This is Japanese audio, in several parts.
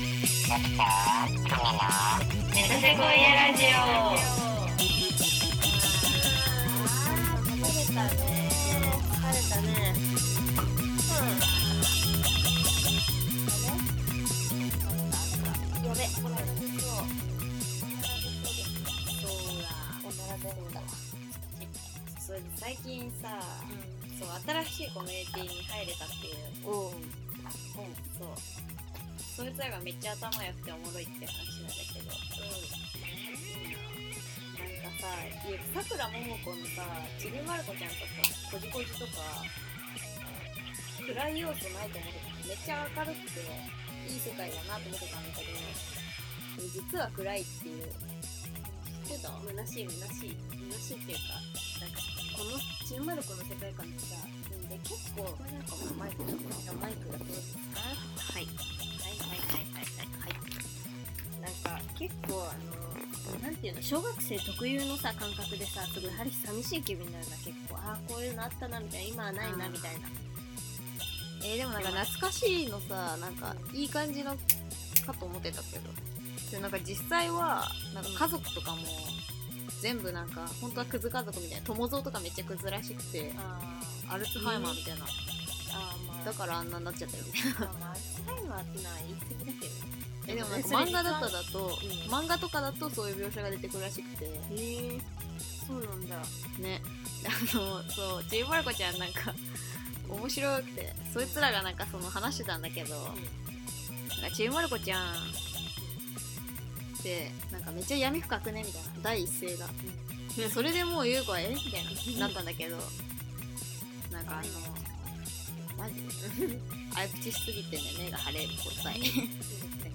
なっちゃん、カメの、めっちゃごいやラジ晴れたね晴れたねうんあれやべこれそうそうおなら出るんだわだそれで最近さそう新しいコミュニティに入れたっていううんうんそうそいつらがめっちゃ頭良くておもろいって話なんだけどなんかさいやさくらももこのさちびまる子ちゃんとかこじこじとか暗い要素ないと思ってためっちゃ明るくていい世界だなと思ってたんだけど実は暗いっていう知ってた虚しい虚しい虚しいっていうかなんかこのちびまる子の世界観ってさで結構これなんかマイクマイクがどうですかはいはいはいはいはいはいなんか結構あのなんていうの小学生特有のさ感覚でさすごいやはり寂しい気分になるな結構ああこういうのあったなみたいな今はないなみたいなえーでもなんか懐かしいのさなんかいい感じのかと思ってたけどでもなんか実際はなんか家族とかも全部なんか本当はクズ家族みたいな友蔵とかめっちゃクズらしくてあアルツハイマーみたいなあーまあだからあんなになっちゃった よみたいなまあまあアルツハイマーってのは言い過ぎだけどえでもなんかそれ漫画だっただと、うん漫画とかだとそういう描写が出てくるらしくてへえそうなんだねで あのそうちびまる子ちゃんなんか面白くてそいつらがなんかその話してたんだけど、なんかちびまる子ちゃんってなんかめっちゃ闇深くねみたいな第一声が、それでもう優子はえみたいななったんだけどなんかあのマジ あやぷちしすぎてね目が腫れる答え キラ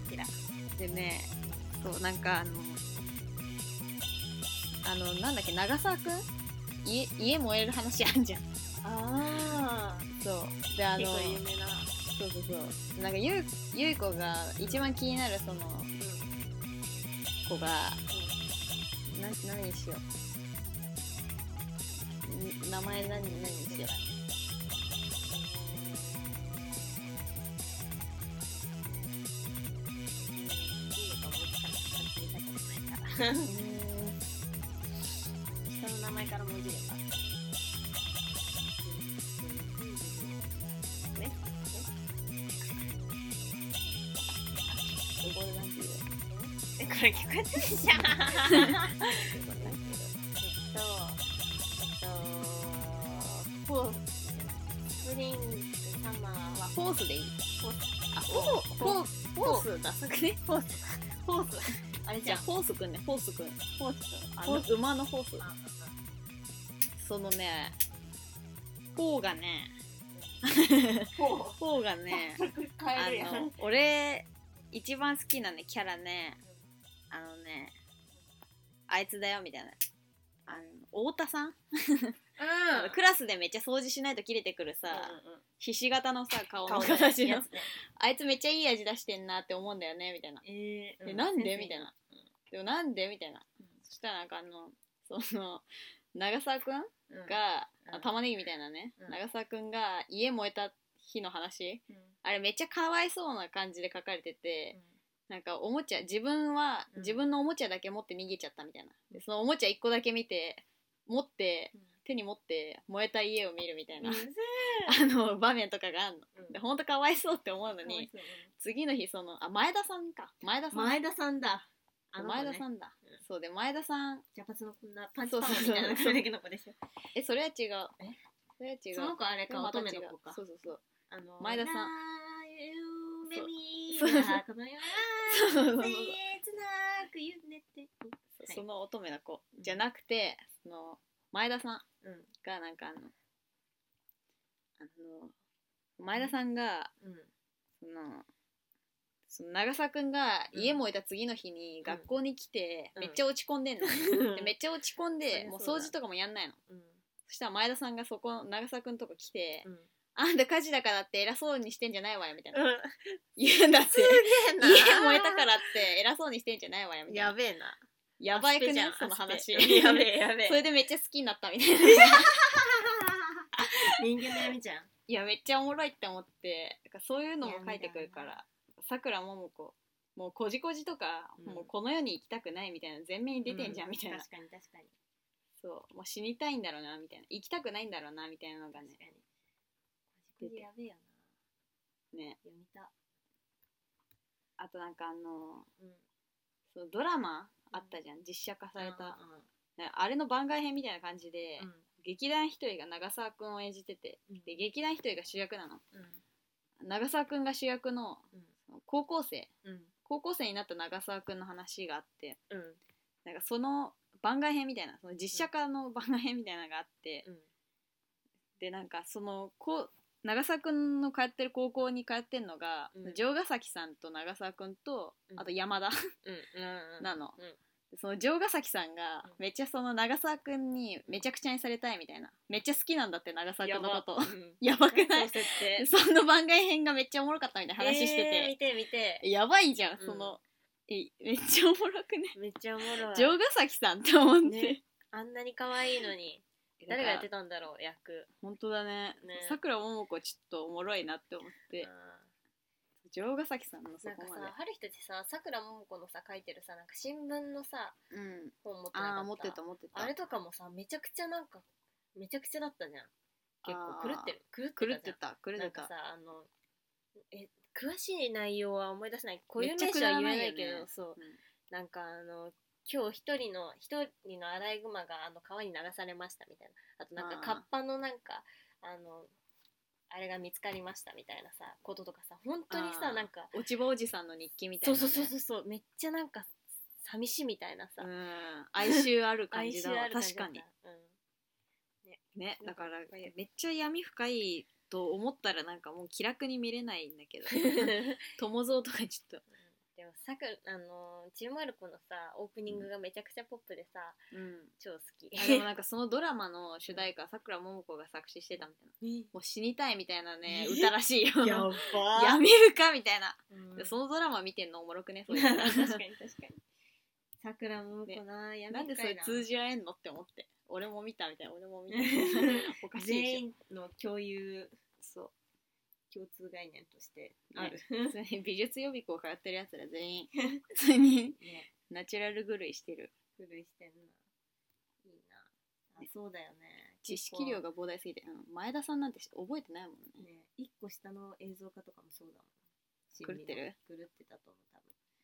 キラでねそうなんかあのあのなんだっけ長澤くん家家燃える話あんじゃんああそうであの結構有名なそうそうそうなんかゆうゆい子が一番気になるその子がな何にしようん名前何何にしようんううん下の名前から文字れば。ね。すごいなんていうえ、これ聞こえてるじゃん。えっと、えっと、フォース。スプリングサマーはフォースでいいフォース。あフォーフォーフォーォースダサくねフォース。フォース。あれじじゃゃあん。フォースくんねフォースくんフォース。ああのの、馬のフォースそのねフォーがねフォース。フォーがねあ変えるやんの。俺一番好きなねキャラねあのねあいつだよみたいなあの太田さん、あのクラスでめっちゃ掃除しないと切れてくるさ、ひし形のさ顔の顔形形のの。あいつめっちゃいい味出してんなって思うんだよねみたいな、えでなんでみたみたいいな。な、でもなんでみたいな、そしたらなんかあのその長澤くんが、うんあ玉ねぎみたいなね、うん長澤くんが家燃えた日の話あれめっちゃかわいそうな感じで書かれてて、なんかおもちゃ自分はうん自分のおもちゃだけ持って逃げちゃったみたいな、でそのおもちゃ1個だけ見て持って手に持って燃えた家を見るみたいな、 あの場面とかがあるのでほんとかわいそうって思うのに次の日そのあ前田さんか前田さん前田さんだ。あの子ね前田さんだ、うんそうで前田さん茶髪のこんなパンチパンマみたいそうそうなそう髪の毛の子でしょ。えそれは違うえそれは違うその子あれでかもま乙た女違うの子かそ。うそうそうあの前田さんなあ夢見そうなあこのよそうそううそうな切なくゆねて。その乙女の子じゃなくてその前田さんうんがなんかあのあの前田さんがうんそのその長澤くんがうん家燃えた次の日に学校に来てうんめっちゃ落ち込んで んの、でめっちゃ落ち込んそでりゃもうそう掃だ除とかもやんないのうんそしたら前田さんがそこ長澤くんとか来てうん「あんた火事だからって偉そうにしてんじゃないわよ」みたいなうん言うん だって「な家燃えたからって偉そうにしてんじゃないわよ」みたいやなべえな。やばいくアスペじゃねんその話アスペやべえや べそえ。れでめっちゃ好きになったみたい な人間の闇じゃん。いやめっちゃおもろいって思ってなんかそういうのも書いてくるかいやらさくらももこもうこじこじとか、うんもうこの世に行きたくないみたいな全面に出てんじゃんみたいな、確かに確かにそうもう死にたいんだろうなみたいな行きたくないんだろうなみたいなのが確ねかにこじこじやべえよなね読みたあとなんかあのうんそのドラマあったじゃん、実写化された、うんねあれの番外編みたいな感じで、うん劇団ひとりが長澤くんを演じててうんで劇団ひとりが主役なのうん長澤くんが主役のうん高校生うん高校生になった長澤くんの話があってうんなんかその番外編みたいなその実写化の番外編みたいなのがあって、うんでなんかそのこう長澤くんの通ってる高校に通ってんのが、うん城ヶ崎さんと長澤くんとうんあと山田、うんなのうんその城ヶ崎さんがうんめっちゃその長澤くんにめちゃくちゃにされたいみたいなめっちゃ好きなんだって長澤くんのことやばう やばんくない小説ってその番外編がめっちゃおもろかったみたいな話してえー見て、て見てやばいじゃんうんその、えめっちゃおもろくねめっちゃおもろい城ヶ崎さんって思って、ねあんなに可愛いのに誰がやってたたんだろう役本当だねねさくらももこちょっとおもろいなって思ってあ城ヶ崎さんのーそなんこかまでさ春人ってささくらももこのさ書いてるさなんか新聞のさうん本持ってなかっあたあ持ってた持ってたあれとかもさめちゃくちゃなんかめちゃくちゃだったじゃん結構狂ってる狂ってた狂じってた狂っゃんなてんかさたあのえ詳しい内容は思い出せない固め有っちゃ名く詞だはら言ないよねえないけどそう、うんなんかあの今日一人の一人のアライグマがあの川に流されましたみたいなあとなんあかーカッパのなんかあのあれが見つかりましたみたいなさこととかさ本当にあさーなんか落ち葉おじさんの日記みたいそなうねそうそうそうそうめっちゃなんか寂しいみたいなさ、うん哀愁ある感哀じだ愁わある感じ確だかったにうんねだからこういうめっちゃ闇深いと思ったらなんかもう気楽に見れないんだけど 友蔵とかちょっでもさくあのーちびまる子のさオープニングがめちゃくちゃポップでさ、と、うん、超好きあでもなんかそのドラマの主題歌さくらももこが作詞してたみたいなもう死にたいみたいなねえ歌らしいよ ば闇深みたいな、うんで確そのドラマ見てんのおもろくねそかういに 確うのかに さくらももこな、やなんでそれ通じ合えんのって思って俺も見たみたいな俺も見たみたいな おかしいでしょ全員の共有そう共通概念としてある、普通に美術予備校通ってるやつら全 員普通にねナチュラル狂いしてる古いしてんないいなあそうだよね知識量が膨大すぎて、うん前田さんなんて覚えてないもんねね一個下の映像化とかもそうだもん狂ってる狂ってたと思う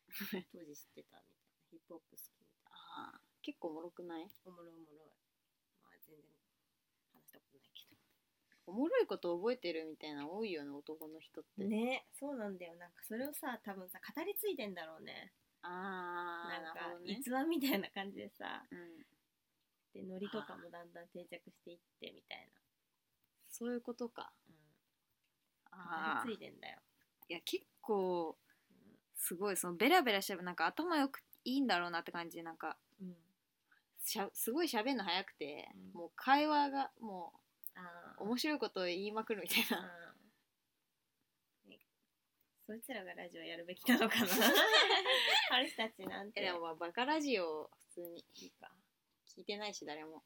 多分当時知ってたみたいなヒップホップ好きみたいなああ結構おもろくないおもろいおもろいまあ全然話したことないけおもろいこと覚えてるみたいな多いよね男の人って、どねそうなんだよなんかそれをさ多分さ語り継いでんだろうねああなんなるかほどね逸話みたいな感じでさうん、でノリとかもだんだん定着していってみたいそういうことかな、あうん、あ語り継いでんだよ、いや結構うんすごいそのベラベラしゃべなんか頭よくいいんだろうなって感じなんかうん、しゃすごい喋るの早くて、うんもう会話がもあう面白いことを言いまくるみたいな、うんねそいつらがラジオやるべきなのか な彼氏たちなんてえでもまあバカラジオ普通にいいか聞いてないし誰も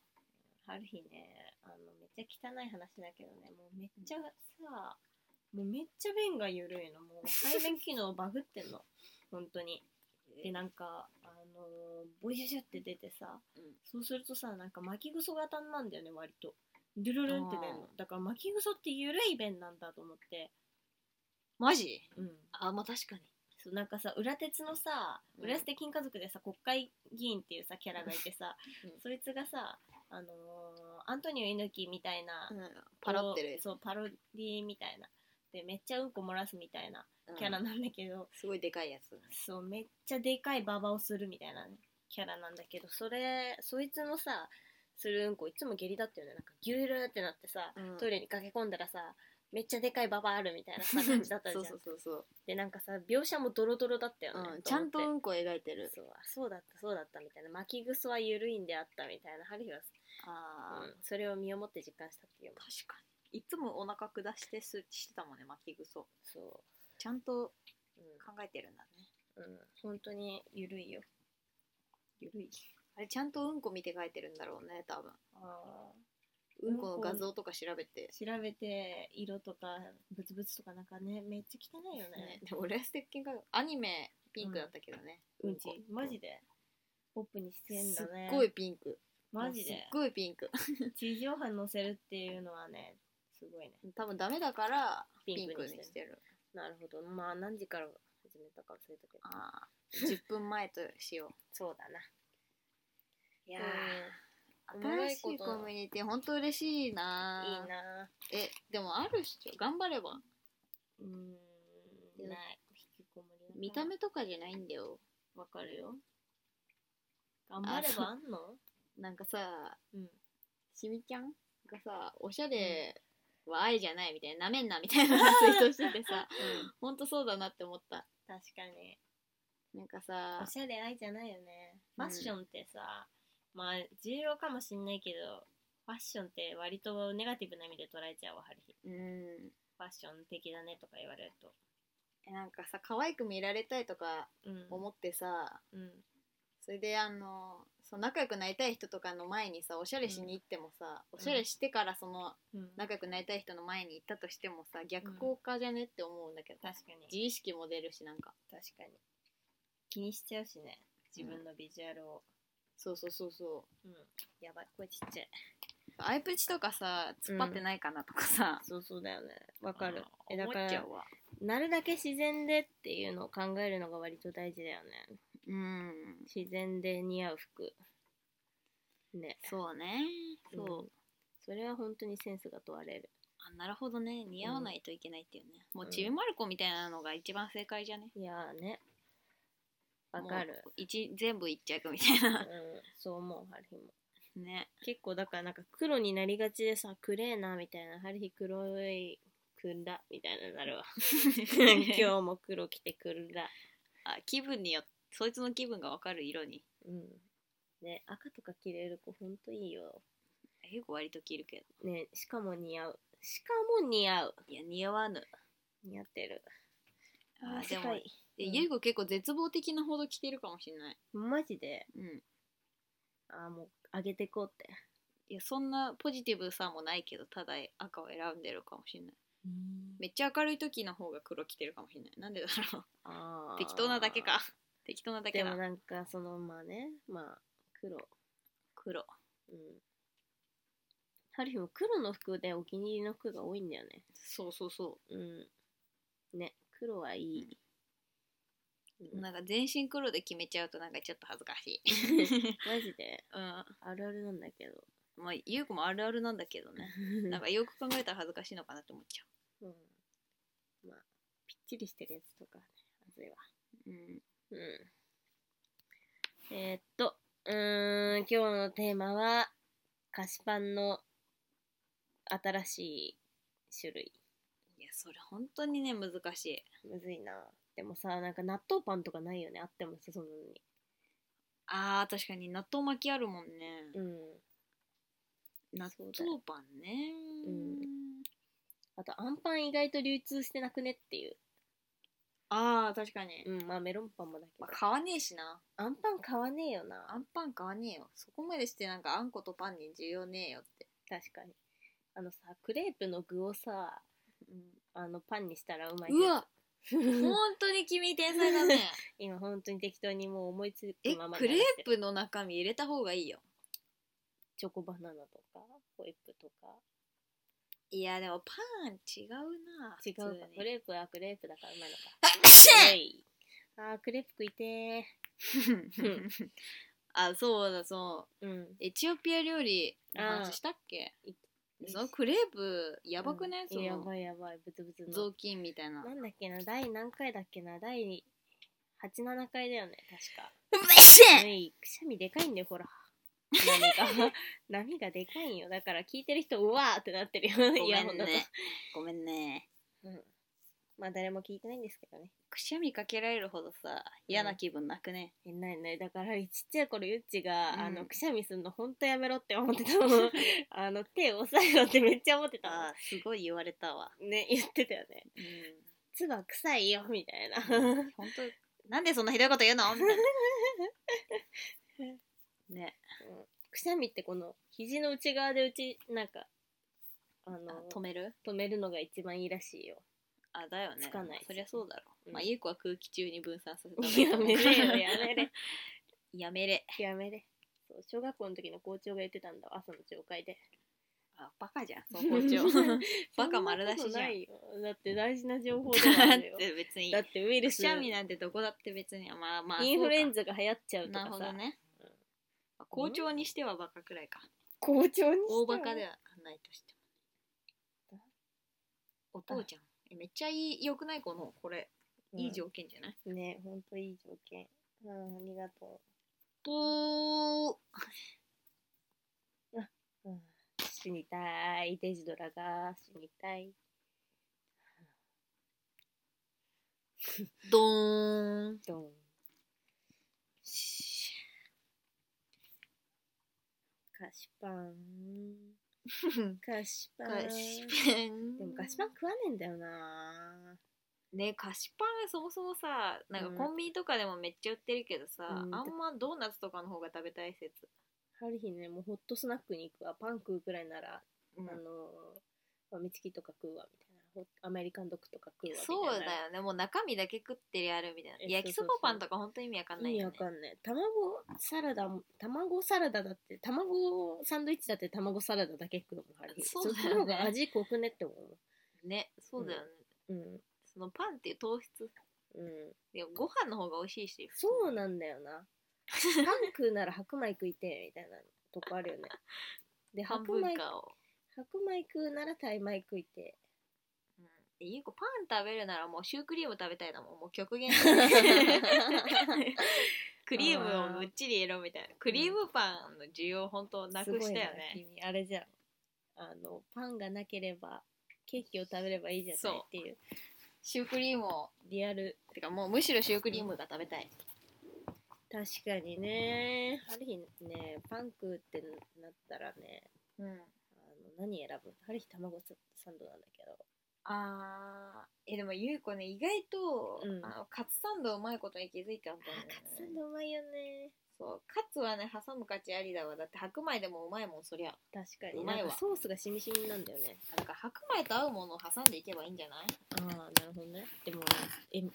ある日ねあのめっちゃ汚い話だけどねもうめっちゃさもうめっちゃ便が緩いのもう排便機能バグって んの本当にでなんかあのーボイシュシュって出てさ、うんそうするとさなんか巻きぐそ型なんだよね割とドゥルルンって出るのだから巻きぐそって緩い便なんだと思ってマジうんあまあ確かにそうなんかさ裏鉄のさうん裏鉄金家族でさ国会議員っていうさキャラがいてさ、うんそいつがさあのーアントニオ猪木みたいな、うん、パロってるそうパロディみたいなでめっちゃうんこ漏らすみたいなキャラうんなんだけど、すごいでかいやつそうめっちゃでかいババをするみたいなキャラなんだけどそれそいつのさするうんこいつも下痢だったよねなんかギュルギュルってなってさ、うんトイレに駆け込んだらさめっちゃでかいババあるみたいな さ感じだったじゃんそうそうそうでなんかさ描写もドロドロだったよそねう、、うん、ちゃ思っんてとうんこ描いてるそうあそうだったそうだったみたいな巻きぐそは緩いんであったみたいなハリーは、あー、うんそれを身をもって実感したっていう確かにいつもお腹下してすしてたもんね巻きぐそそちゃんとう、うん考えてるんだねうん、本当にゆるいよ。ゆるい。あれちゃんとうんこ見て描いてるんだろうね多分ああ。うんこの画像とか調べて、調べて、色とか、ブツブツとかなんかね、めっちゃ汚いよね。ね、でもレステッキンがアニメピンクだったけどね、うんちマジでポップにしてんすだっねごいピンクマジすっでごいピンク地上波に載せるっていうのはねすごいね多分ダメだからピピンンククににししててるるなるほどまあ何時から始めたか忘れたけどああ10分前としようそうだないや おもろ新いしこといコミュニティ本当嬉しいなーいいなえでもあるっしょ頑張ればーうーんない引きこもりだな見た目とかじゃないんだよわかるよ頑張ればあんのなんかさうんしみちゃんがさおしゃれは愛じゃないみたいななめんなみたいなツイートしてて さほんとそうだなって思った確かになんかさおしゃれ愛じゃないよねフうんァッションってさ、まあ重要かもしんないけどファッションって割とネガティブな意味で捉えちゃうわハリーうんファッション的だねとか言われるとえなんかさ可愛く見られたいとかうん思ってさうんそれであのそう仲良くなりたい人とかの前にさおしゃれしに行ってもさ、んおしゃれしてからそのうん仲良くなりたい人の前に行ったとしてもさ逆効果じゃねって思うんだけど、確かに自意識も出るしなんか確かに気にしちゃうしね自分のビジュアルを、そうそうそうそうんやばい声ちっちゃいうアイプチとかさ突っ張ってないかなとかさ、そうそうだよねわわかるえだか思っちゃらうわなるだけ自然でっていうのを考えるのが割と大事だよねうん自然で似合う服ねそうねそう、うんそれは本当にセンスが問われるあなるほどね似合わないといけないっていうね、もうちびまる子みたいなのが一番正解じゃねいやーねわかるもう一全部一着みたいな うんそう思うハルヒもね結構だからなんか黒になりがちでさクレーなみたいなハルヒ黒いくんだみたいなの なるわ今日も黒着てくるだあ気分によってそいつの気分がわかる色にうんね赤とか着れる子ほんといいよ結構割と着るけどねしかも似合うしかも似合ういや似合わぬ似合ってるあー世でも界でうんゆうご結構絶望的なほど着てるかもしれない。マジでうん。あーもう上げてこうっていや、そんなポジティブさもないけど、ただ赤を選んでるかもしれない。めっちゃ明るい時の方が黒着てるかもしれない。なんでだろう。あー適当なだけか。 適当なだけでもだ。なんかそのまあねまあ黒黒。うんハルヒも黒の服でお気に入りの服が多いんだよねそうそうそうんね黒はいい、う。うんなんか全身黒で決めちゃうとなんかちょっと恥ずかしい。マジでうん。あるあるなんだけどまあ、ゆうこもあるあるなんだけどね。なんかよく考えたら恥ずかしいのかなって思っちゃ うんまあぴっちりしてるやつとかねまずいわう。うん。うんえー、っとうーん今日のテーマは菓子パンの新しい種類いや、それ本当にね、難しい。むずいなでもさなんか納豆パンとかないよねあってもさそんなのにあー、確かに納豆巻きあるもんね。うん納そうだよ豆パンねうんあとあんパン意外と流通してなくねっていうああ確かに、うんまあメロンパンもだけどまあ、買わねえしなあんパン買わねえよなあんパン買わねえよそこまでしてなんかあんことパンに需要ねえよって、確かにあのさクレープの具をさあのパンにしたらうまいう わ本当に君天才だね今本当に適当にもう思いつ えくままクレ流してーるプの中身入れた方がいいよチョコバナナとかホイップとかいやでもパン違うな違普通うかクにレープはクレープだからうまいのかあ おいあークレープ食いてーあそうだそううんエチオピア料理の話したっけあーそのクレープやばくね、うんそやのばいやばいブツブツの雑巾みたいななんだっけな第何回だっけな第87回だよね確かおいくしゃみでかいんだよほら波が 波がでかいんよだから聞いてる人うわーってなってるよごイめヤホんンだとね。ごめんね。うんまあ誰も聞いてないんですけどねくしゃみかけられるほどさ、嫌な気分なくね。えないないだからちっちゃい頃ゆっちが、うんあのくしゃみするのほんとやめろって思ってた のあの手を押さえろってめっちゃ思ってたあーすごい言われたわ。のね言ってたよねうん。唾臭いよみたいな本当なんでそんなひどいこと言うのみたい な。ね。くしゃみってこの肘の内側でうちなんかあのあ止める 止めるのが一番いいらしいよあだよねつかないそりゃそうだろ、ううんまあ優子は空気中に分散させた方やがいめいと思うれよやめれ やめれやめれそう小学校の時の校長が言ってたんだわ朝の朝会 であバカじゃんその校 長 バカ丸出しじゃんそなことないよだって大事な情報でもあ だっるよて別にだってウイルくスしゃみなんてどこだって別にまあまあインフルエンザザが流行っちゃうとかなさるほどね校長にしてはバカくらいか校長にしては大バカではないとしてもお父ちゃんえめっちゃいい良くないこのこれうんいい条件じゃない、ねほんといい条件うんありがとぽーう、うん、死にたいデジドラが死にたいどーんドン菓子パン菓子パン菓子ペンでも菓子パン食わねえんだよなね菓子パンそもそもさなんかうんコンビニとかでもめっちゃ売ってるけどさ、うんあんまドーナツとかの方が食べたい説、ある日ねもうホットスナックに行くわパン食うくらいなら、あのーファミチキとか食うわみたいなホッアメリカンドッグとか食うわみたいなそうだよねもう中身だけ食ってやるみたいなえ焼きそばそうそうそうパンとか本当意味わかんな意い味よわねかんない卵サラダも卵サラダだって卵サンドイッチだって卵サラダだけ食うもんある日そうだよねっちの方が味濃くねって思ねそうだよね、ううんそのパンっていう糖質うんでもご飯の方が美味しいしそうなんだよ なパン食うなら白米食いてえみたいなとこあるよねで半白分米かを、白米食うならタイ米食いてえうん、でゆうこパン食べるならもうシュークリーム食べたいだもんもう極 限クリームをむっちり入れろみたいなクリームパンの需要本当なくしたよすごねいな君あれじゃんあのパンがなければケーキを食べればいいじゃないそうっていうシュークリームをリアルてかもうむしろシュークリームが食べたい確かにねある日ねパン食うってなったらねうんあの何選ぶある日卵サンドなんだけどあーえでもゆうこね意外と、うんあのカツサンドうまいことに気づいちゃったんだよねカツサンドうまいよねそうカツはね挟む価値ありだわだって白米でもうまいもんそりゃ確かうにまいなわんかソースがしみしみなんだよねだから白米と合うものを挟んでいけばいいんじゃないああなるほどねでもえま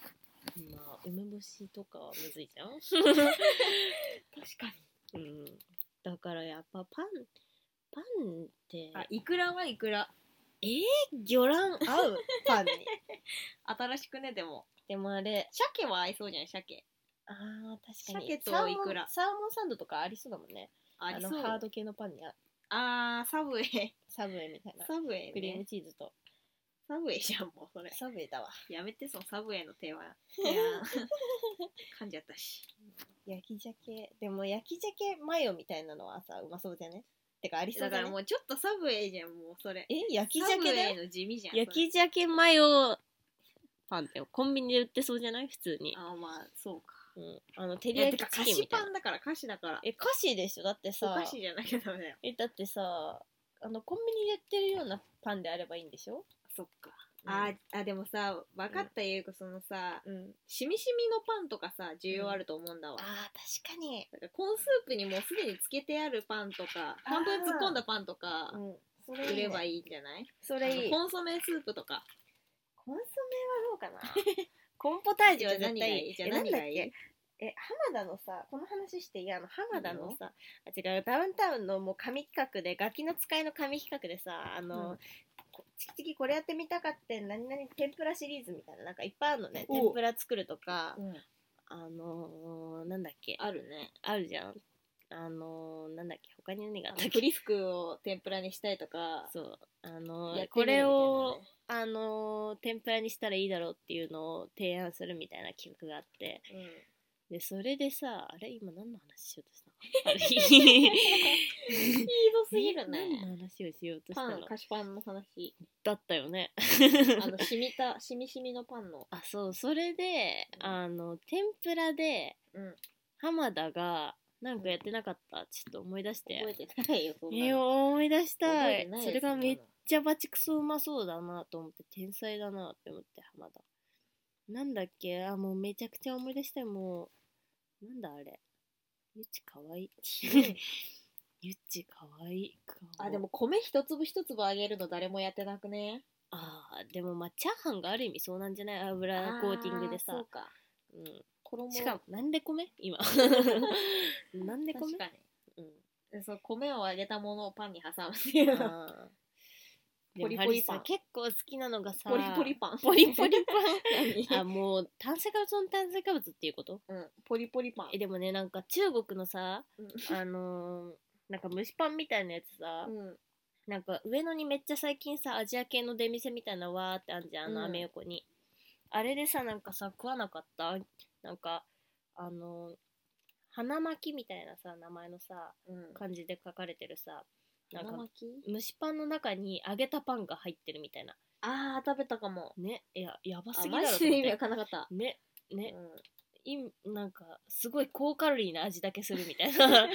あ梅干しとかはむずいじゃん確かにうんだからやっぱパンパンってあいくらはいくら魚卵合うパンに 新しくねでもでもあれ鮭は合いそうじゃない鮭あー確かに鮭とサーモンいくらサーモンサンドとかありそうだもんねありそうのハード系のパンにああーサブウェイ サブウェイみたいなサブウェクイ、リームね、チーズとサブウェイじゃんもうそれサブウェイだわやめてそのサブウェイの 手はいやー噛んじゃったし焼き鮭でも焼き鮭マヨみたいなのはさうまそうじゃねてかあ りそだうかだらねもうちょっとサブウェイじゃんもうそれえ焼きサブウ鮭だェイよの地味じゃん焼き鮭マヨパンってコンビニで売ってそうじゃない普通それにあーまあそうかうんあの照いりや焼てきかチ菓キン子みたいパなンだから菓子だからえ菓子でしょだっておさ菓子じゃなきゃダメだよえだってさあのコンビニで売ってるようなパンであればいいんでしょ、そっかうんあーあでもさ分かったゆうこそのさうん、しみしみのパンとかさ需要あると思うんだわ、あー確かに、なんかコーンスープにもうすでにつけてあるパンとかあー半分突っ込んだパンとかうん、そ売ればいいねいいんじゃないそれいいコンソメスープとかコンソメはどうかな コーンポタージュは絶何が対いいじゃあ何がいいえなんだっけえ浜田のさこの話していいあの浜田のさあ違うダウンタウンのもう神企画でガキの使いの神企画でさあの、うこチキチキこれやってみたかって何々天ぷらシリーズみたいななんかいっぱいあるのねお天ぷら作るとかうんあのー、なんだっけあるねあるじゃんあのー、なんだっけ他に何がああっのたっフけリスクを天ぷらにしたいとかそうあのーやってみるみたいなねこれをあのー天ぷらにしたらいいだろうっていうのを提案するみたいな企画があってでそれでさあれ今何の話しようとした のあれうん、いいぞすぎるね何の話をしようとしたパのン菓子パンの 話だったよねあのしみたしみしみのパンのあそうそれであの天ぷらでうん浜田がなんかやってなかったちょっと思い出して覚えてないよそんなのえー、思い出した覚いえてないよそれがめそんっなのちゃバチクソうまそうだなと思って天才だなって思って浜田なんだっけあもうめちゃくちゃ思い出したよもうなんだあれゆっちかわいいゆっちかわいいあでも米一粒一粒あげるの誰もやってなくねああでもまあチャーハンがある意味そうなんじゃない油コーティングあでーそさうかうん、衣しかもなんで米 今なんで米確かにうんでそう米を揚げたものをパンに挟むっていうのあーポでリポもハリリーさパンん結構好きなのが さポリポリパン ポリポリ パあもう炭水化物の炭水化物っていうことン、うん、ポリポリパンえでもねなんか中国のさうあのーなんか蒸しパンみたいなやつさ、んうんなんか上野にめっちゃ最近さアジア系の出店みたいなわーってあんじゃんあうのんアメ横に、あれでさなんかさ食わなかったなんかあのー花巻みたいなさ名前のさうん漢字で書かれてるさなん花か巻蒸しパンの中に揚げたパンが入ってるみたいなあー食べたかもねいややばすあぎだマろジとで思意味ってわかんなかった、ねうね、ん、いなんかすごい高カロリーな味だけするみたい な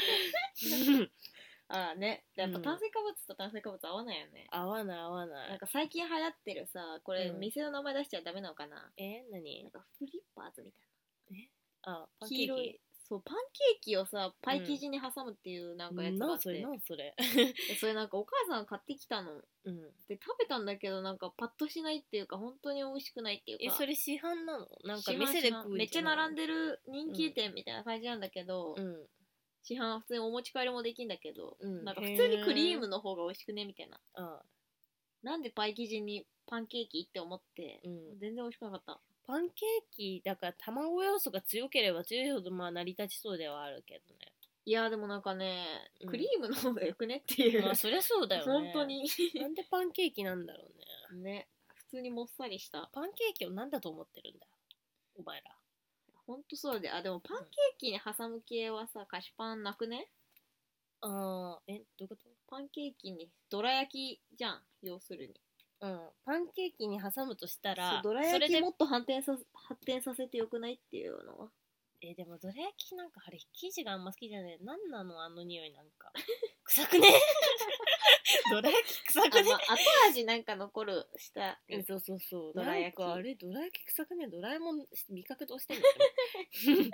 あーねやっぱうん炭水化物と炭水化物合わないよね、合わない合わななんいか最近流行ってるさこれ、うん店の名前出しちゃダメなのかなえなん何かフリッパーズみたいあなパンケーキ黄色いそうパンケーキをさパイ生地に挟むっていうなんかやつがあなっんて、それなんそれ でそれなんかお母さんが買ってきたのうんで食べたんだけどなんかパッとしないっていうか本当に美味しくないっていうかえそれ市販なのなんか市販店で市販食うめっちゃ並んででる人気店みたいな感じなんだけど、うん市販は普通にお持ち帰りもできんだけど、うんなんか普通にクリームの方が美味しくねみたいなあなんでパイ生地にパンケーキって思って、うん全然美味しくなかったパンケーキだから卵要素が強ければ強いほどまあ成り立ちそうではあるけどねいやーでもなんかね、うんクリームの方がよくねって いう、まあそりゃそうだよね本当になんでパンケーキなんだろうねね普通にもっさりしたパンケーキをなんだと思ってるんだお前らほんとそうであでもパンケーキに挟む系はさ菓子パンなくねああえどういうことパンケーキにどら焼きじゃん要するにうん、パンケーキに挟むとしそたらうどらそれ焼きでもっと発展さ発展させてよくないっていうのはえでもどら焼きなんかあれ生地があんま好きじゃないなんなのあの匂いなんか 臭 くねどら焼き臭 あ、くねまあ後味なんか残るしたえ そうそうそうどら焼きなんかあれどら焼き臭くねドラえもん味覚どうしてんの い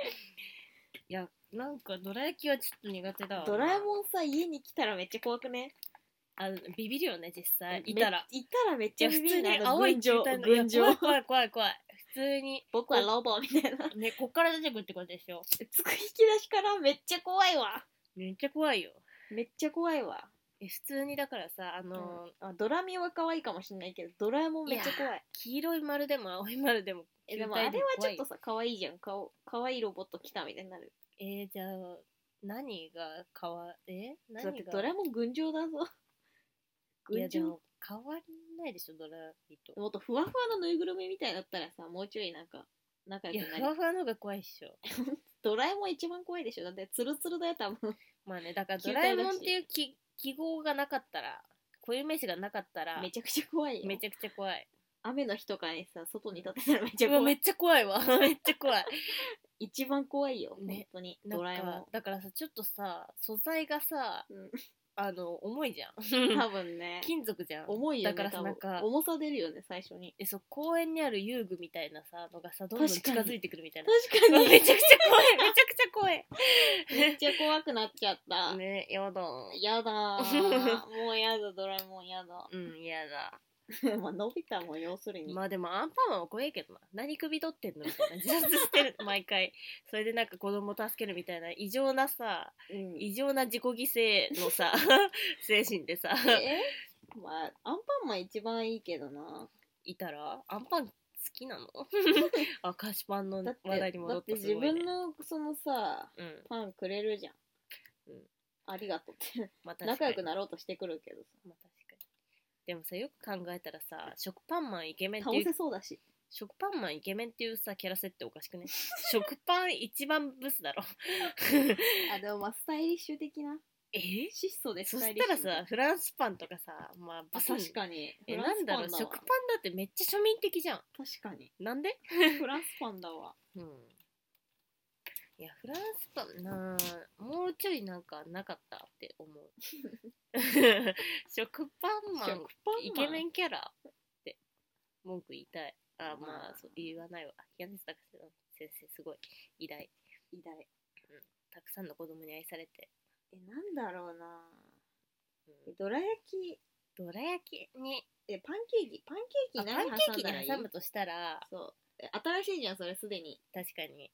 やなんかどら焼きはちょっと苦手だわドラえもんさ家に来たらめっちゃ怖くねあビビるよね実際いたらめいたらめっいちゃや普ビビ通るにね青い群球青体の群いや青怖い怖い怖い怖い普通に僕はロボみたいなねこっから出てくるってことでしょ つく引き出しからめっちゃ怖いわめっちゃ怖いよめっちゃ怖いわえ普通にだからさあのーあドラミは可愛いかもしれないけどドラえもんめっちゃ怖い黄色い丸でも青い丸でもえでもあれはちょっととさ可愛いじゃん顔可愛いロボット来たみたいになるえー、じゃあ何が変わえだって何がドラえもん群 青だぞい群やで青も変わりないでしょドラミともっとふわふわのぬいぐるみみたいだったらさもうちょいなんか仲い良やくな ふりわふわの方が怖いっしょドラえもん一番怖いでしょだってツルツルだよ多分まあ ねだからド球ラ体えだしもんっていう記記号がなかったら固有名詞がなかったらめちゃくちゃ怖いよめちゃくちゃ怖い雨の日とかにさ外に立てたらめっちゃうわ怖めいっちゃ怖いわ めっちゃ怖い一番怖いよ、ね本当になんドかラえもだからさちょっとさ素材がさん、あの重いじゃ んうん、多分 ね金属じゃん重いよねだからさ多分なんか重さ出るよね最初にえそう公園にある遊具みたいなさのがさどんどん確近かにづいてくるみたいな 確 かにめちゃくちゃ怖い、めちゃくちゃ 怖い。めっちゃ怖くなっちゃった、ね、やだ。やだ ーもうやだドラえもんやだうん、やだ。まあのび太も要するに、まあでもアンパンマンは怖いけどな。何首取ってんのみたいな。自殺し てる、毎回。それでなんか子供助けるみたいな異常なさ、うん異常な自己犠牲のさ、 精神でさ、えまあアンパンマン一番いいけどないたら、アンパン好き なのあ、菓子パンのだって話題に戻ってだってす自ごい、分ね。のそのさうん、パンくれるじゃん、うんありがとうってまあ確仲か良に。くなろうとしてくるけどまあ確かに。でもさ、よく考えたらさ、食パンマンイケメンっさていう倒せそうだし食パンマンイケメンっていうさキャラ設定おかし くね食パン一番ブスだろあでもまあスタイリッシュ的なえ質素でそスタしイリッたシュらさフランスパンとかさまあブあス確かにえフラなンスんだパろうン食わパンだってめっちゃ庶民的じゃん確か になんでフランスパンだわうんいやフランスパンなあもうちょいなんかなかったって思 う食パンマ食パンンマンイケメンンキャラって文句言いたいあまあ、まあそう言わないわヤネス高瀬先生すごい偉大偉大たくさんの子供に愛されて、えなんだろうなうんえどら焼きどら焼きにえパンケーキパンケーあキ何パ挟ンケーんキだにらいい挟むとしたらそうえ新しいじゃんそれすでに確かに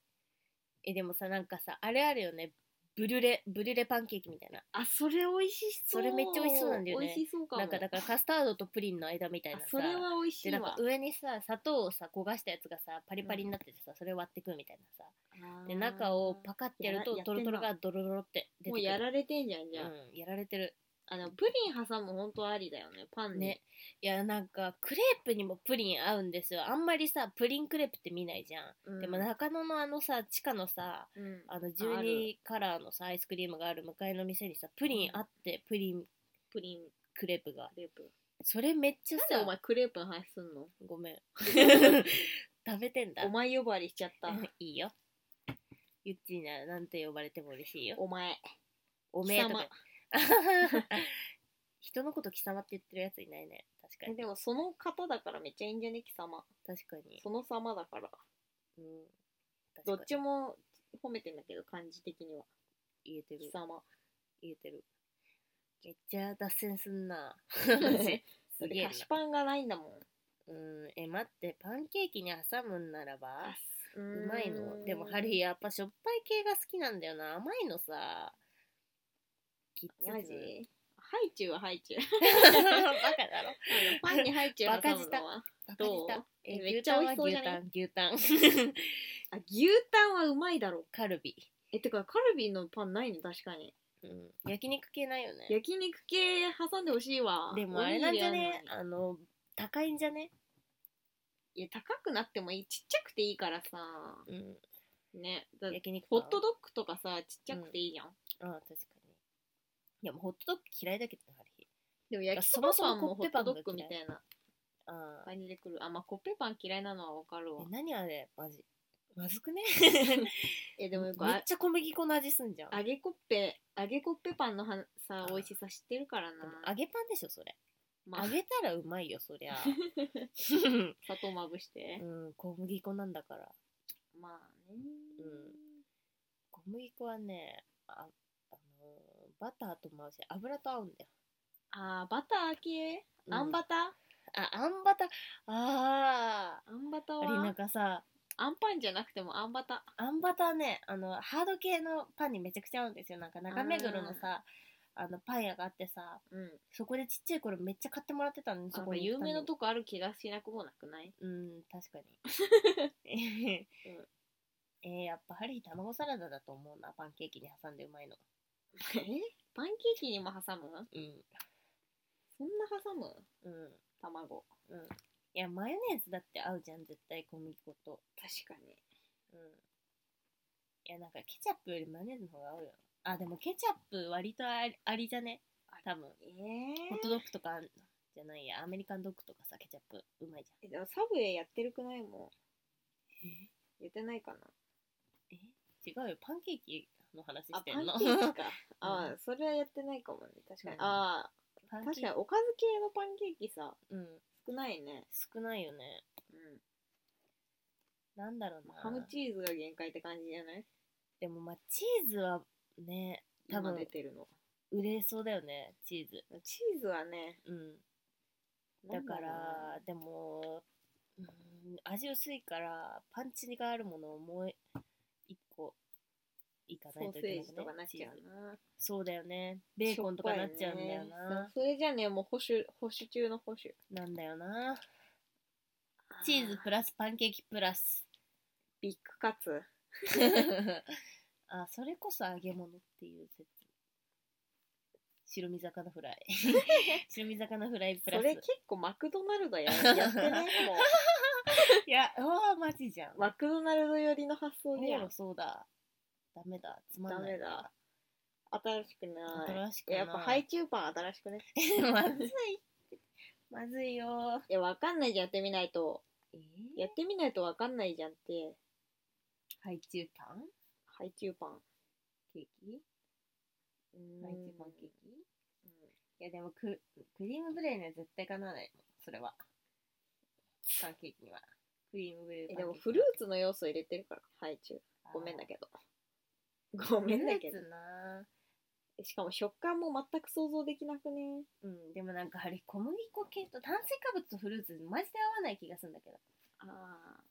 えでもさなんかさあれあるよねブリュレブリュレパンケーキみたいなあそれ美味しそうそれめっちゃ美味しそうなんだよね美味しそうかもなんかだからカスタードとプリンの間みたいなあさそれは美味しでいなんわか上にさ砂糖をさ焦がしたやつがさパリパリになっててさ、それ割ってくみたいなさで中をパカッてやるとやらトロトロやがドロドロって出てくるもうやられてんじゃんじゃあ、うん、やられてるあのプリン挟む本当ありだよねパンにねいやなんかクレープにもプリン合うんですよあんまりさプリンクレープって見ないじゃん、うんでも中野のあのさ地下のさうんあのあ12るカラーのさアイスクリームがある向かいの店にさプリンあってプリンプリンクレープがクレープそれめっちゃなんでさお前クレープの話すんのご めん食べてんだお前呼ばわりしちゃ ったうんいいよゆっちーならなんて呼ばれても嬉しいよお前おめえとか 人のこと貴様って言ってるやついないね確かえにでもその方だからめっちゃいいんじゃね貴様確かに、その様だからうん、確かどにっちも褒めてんだけど感じ的には言えてる貴 様言えてるめっちゃ脱線す んな私すだっげえてな菓子パンがないんだもんうんえ待ってパンケーキに挟むんならばううーんまいのでもハリーやっぱしょっぱい系が好きなんだよな甘いのさきっつマジつハイチュウはハイチュウ バカだろあ のパンにハイチュウ挟むのはバカどうしたええめ牛っちゃタン美味はしそう牛じゃタなン牛 タンあ牛タンはうまいだろカルビ、えてかカルビのパンないの確かにうん、焼肉系ないよね焼肉系挟んでほしいわでもあれなんじゃおにぎりねあんのにあの高いんじゃねいや高くなってもいいちっちゃくていいからさうんねだ焼肉ホットドドッグとかさちっちゃくていいやん、ッグあ確かにいやもうホットドッグ嫌いだけどなハリーでも焼きそばパンもそもそもコホッペッパトンがド嫌ッいグみたいなあー感じでくるあまあコッペパン嫌いなのはわかるわえ何あれマジまずくねえ ででももよめくあっちゃ小麦粉の味すんじゃん揚げコッペ揚げコッペパンのはさあ美味しさ知ってるからなでも揚げパンでしょそれまあ揚げたらうまいよそ りゃ 砂糖まぶしてう、ん小麦粉なんだからまあねうん小麦粉はねあ、あのーバターとも合うし油と合うんだよあーバター系あんバター、ああんバターああんバターーあれなはんかさあんパンじゃなくてもあんバタあんバターねあのハード系のパンにめちゃくちゃ合うんですよなんか中目黒のさあのパン屋があってさーうんそこでちっちゃい頃めっちゃ買ってもらってたのにそそここに有名なとこある気がしなくも なくないうん確かに、えーやっぱハリー卵サラダだと思うなパンケーキに挟んでうまいのえパンケーキにも挟むうんそんな挟むうん卵うんいやマヨネーズだって合うじゃん絶対小麦粉と確かにうんいやなんかケチャップよりマヨネーズの方が合うよなあでもケチャップ割とありありじゃね多分ホットドッグとかじゃないやアメリカンドッグとかさケチャップうまいじえでもサブウェイやってるくないもんやってないかなゃん違うよパンケーキの話あしてパンんのケー キかあーそれはやってないかもね確かに、うんあ パあン確ケかーにおかず系のパンケーキさキうん少ないね少ないよねなんだろううんなハムチーズが限界って感じじゃないでもまあチーズはね多分今出てるの売れそうだよねチーズチーズはねうんだかなんらだでもうーん味薄いからパンチがあるものをもう一個いかなろういなソとーいセージけなくとかねなっちゃチーズうなそうだよねベーコンとかなっちゃうんだよしょっぱいねな、それじゃねもう保守保守中の保守なんだよなチーズあプラスパンケーキプラスビッグカツあそれこそ揚げ物っていう説白身魚フラ イ白身魚フライプそラスれ結構マクドナルドややってないも いやあマジじゃんうマクドナルド寄りの発想じでゃんもそうだダメだつまんないなダメだ新しくない新しくないやっぱハイチューパン新しくね まずいまずいよいやわかんないじゃんやってみないとえやってみないとわかんないじゃんってハイチュウパンハイチューパンケーキうーんハイチュウパンケーキいやでもククリームブレーには絶対かなわないそれはパンケーキにはクリームブレーえパでンもケーキフルーツの要素入れてるからハイチュウごめんだけどごごめんだけどなしかも食感も全く想像できなくねうん、でもなんかあれ小麦粉系と炭水化物とフルーツマジで合わない気がするんだけどあ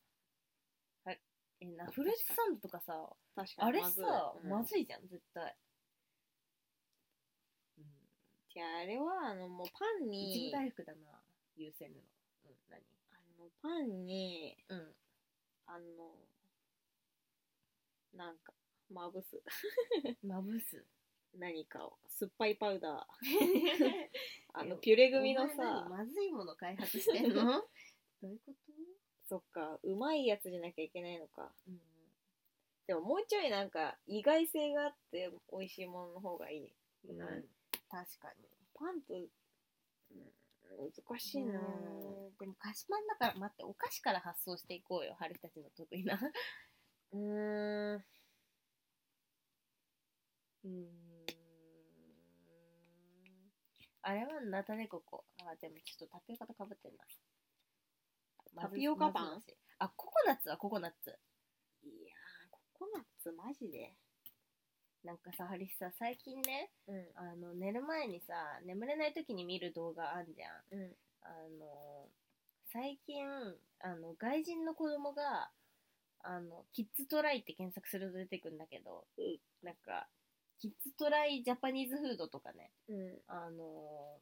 えなフルーツサンドとかさあ確かにあれさうんまずいじゃん絶対、うん、いやあれはあのもうパンいちにご大福だな優先のうん何あのパンにうんあのなんかまぶすまぶす何かを酸っぱいパウダーあのえピュレ 組のお前何さまずいもの開発し てんのどういうことそっかうまいやつじゃなきゃいけないのかうんでももうちょいなんか意外性があって美味しいものの方がいいうんうん確かにパンと、うん、難しいな、うんでも菓子パンだから待ってお菓子から発想していこうよ春日たちの得意なうーんうんあれはナタデココあでもちょっとタピオカとかぶってるなタピオカパンまずまずいしあココナッツはココナッツいやーココナッツマジでなんかさハリスさ最近ねうんあの寝る前にさ眠れない時に見る動画あんじゃんうんあの最近あの外人の子供があのキッズトライって検索すると出てくるんだけど、なんかキッズトライジャパニーズフードとかねうんあの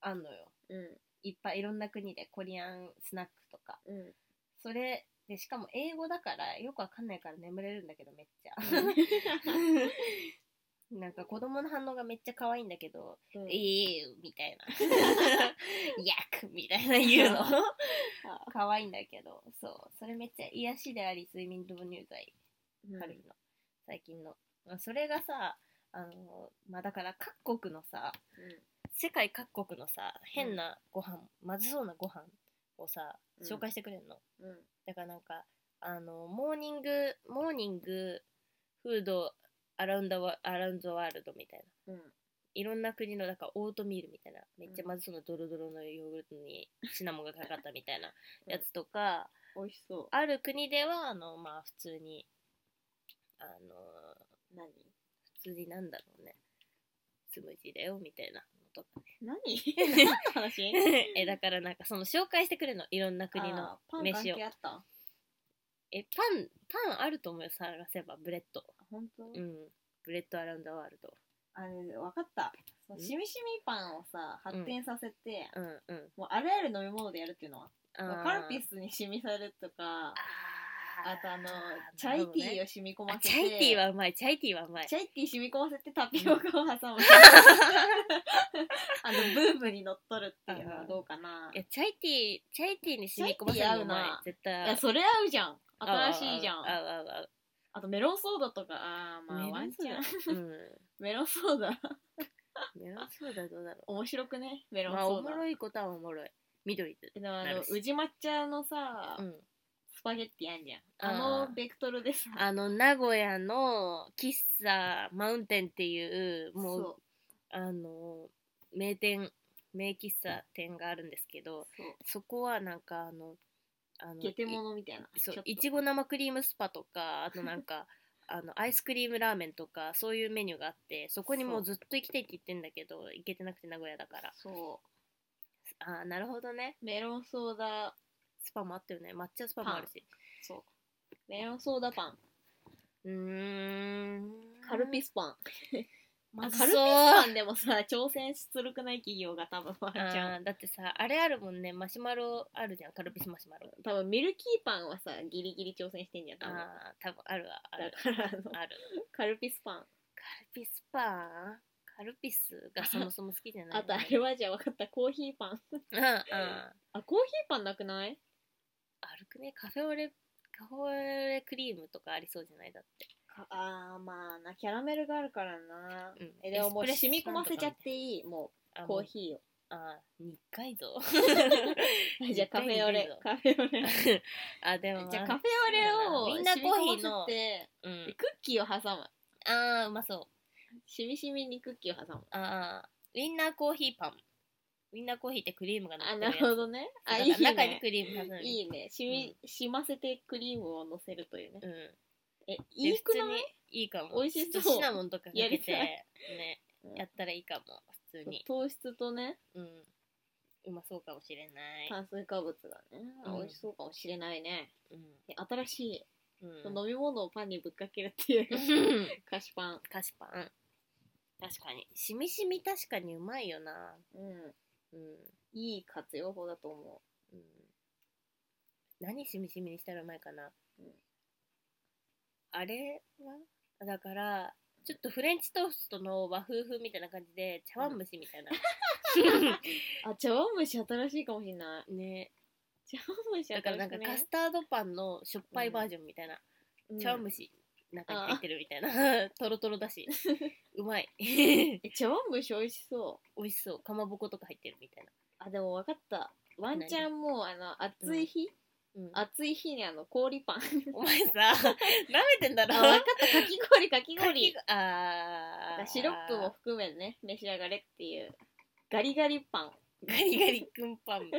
あんのようんいっぱいいろんな国でコリアンスナックとかうんそれでしかも英語だからよくわかんないから眠れるんだけどめっちゃ なんか子供の反応がめっちゃ可愛いんだけどう「んええみたいな 「やく」みたいな言うのあ可愛いんだけどそうそれめっちゃ癒しであり睡眠導入剤うん春日の最近のそれがさあのまあだから各国のさ世界各国のさ変なご飯、まずそうなご飯をさうん紹介してくれるの、うんうんだからなんかあのモーニングモーニングフードアラウンドワアラウンドワールドみたいなうんいろんな国のなんかオートミールみたいなめっちゃまずそうなドロドロのヨーグルトにシナモンがかかったみたいなうんやつとか、美味しそある国ではあのまあ普通にあのう何普通になんだろうねスムージーだよみたいなのとか何何の 話えだからなんかその紹介してくれるのいろんな国のあーパン関飯を係あったえパンパンあると思うよ探せばブレッド本当、うんブレッドアラウンドワールドあれ分かったそのんしみしみパンをさ発展させて、うんうんもうあらゆる飲み物でやるっていうのはあーカルピスにしみされるとかああとあのーチャイティーなるを染み込ほどねまあせチてャイティーはうまいチャイティーはうまいチャイティー染み込ませてタピオカを挟 むあのブームにのっとるっていうのはどうかないやチャイティーチャイティーに染み込ませるのうまい絶対合ういやそれ合うじゃん新しいじゃん合うあ合う合うとメロンソーダとかあーまあワンチャンン。うん。メロンソーダ メロンソーダどうだろ面白くねメう。ロンまあソおーダも、ろいことはおもろい。緑で。でもあなのるし宇治抹茶のさ、うん。スパゲッティあんじゃんああーのベクトルでさあの名古屋の喫茶マウンテンっていうもうそあの名店名喫茶店があるんですけど、そうそこはなんかあのあのゲテいモノみたいなそうちょっといちご生クリームスパとかあとなん かあのアイスクリームラーメンとかそういうメニューがあってそこにもうずっと行きたいって言ってんだけど行けてなくて名古屋だからそああなるほどねうメロンソーダスパもあったよね抹茶スパもあるしそうメロンソーダパンうーんカルピススパンまずカルそうピスパンでもさ挑戦しつるくない企業が多分ワンチャあンーだってさあれあるもんねマシュマロあるじゃんカルピスマシュマロ多分ミルキーパンはさギリギリ挑戦してんじゃん多分ああ多分あるわあだるからあのあるカルピスパンカルピスパンカルピスがそもそも好きじゃないあとあれはじゃあ分かったコーヒーパンうんうんああコーヒーパンなくないるくねカフェオレカフェオレクリームとかありそうじゃないだってかあーまあなキャラメルがあるからな、うんえでももうエスプ染レッみソ込パンませとかみちたゃいなっていいもあうコーヒーをあー二 回ぞじゃあカフェオレ二カフェオレあでも、まあ、じゃあカフェオレをみんなコーヒ染みーの込ませてうでんクッキーを挟むあーうまそうしみしみにクッキーを挟むああ、ウィンナーコーヒーパン。ウィンナーコーヒーってクリームが乗っあてるやなつ。るほどねあだいいから中にねクリーム挟む。いいねしみ、しませてクリームをのせるというねうん。えでいいくない普通にいいかも美味しそうシナモンとかかやけりてたいねやったらいいかも普通に糖質とねうんうまそうかもしれない炭水化物がね、あうん美味しそうかもしれないねうんで新しい、うん飲み物をパンにぶっかけるっていううん菓子パン 菓子パン確かにしみしみ確かにうまいよなうんうん、いい活用法だと思うん、何しみしみにしたらうまいかな、うんあれはだからちょっとフレンチトーストの和風風みたいな感じで茶碗蒸しみたいな、うあ茶碗蒸し新しいかもしれないね茶碗蒸し新し だいかからななんかカスタードパンのしょっぱいバージョンみたいな、茶碗蒸し中に入ってるみたいな トロトロ だしうまい美え茶碗蒸し美味しそう味しそうかまぼことか入ってるみたいあでも分かったワンチャンもうあの暑い日、な、うん暑い日にあの氷 パンあお前さ舐めてんだろ分かったかき氷かきかき氷氷あーシロップも含めね召し上がれっていうガリガリパンガリガリ君パン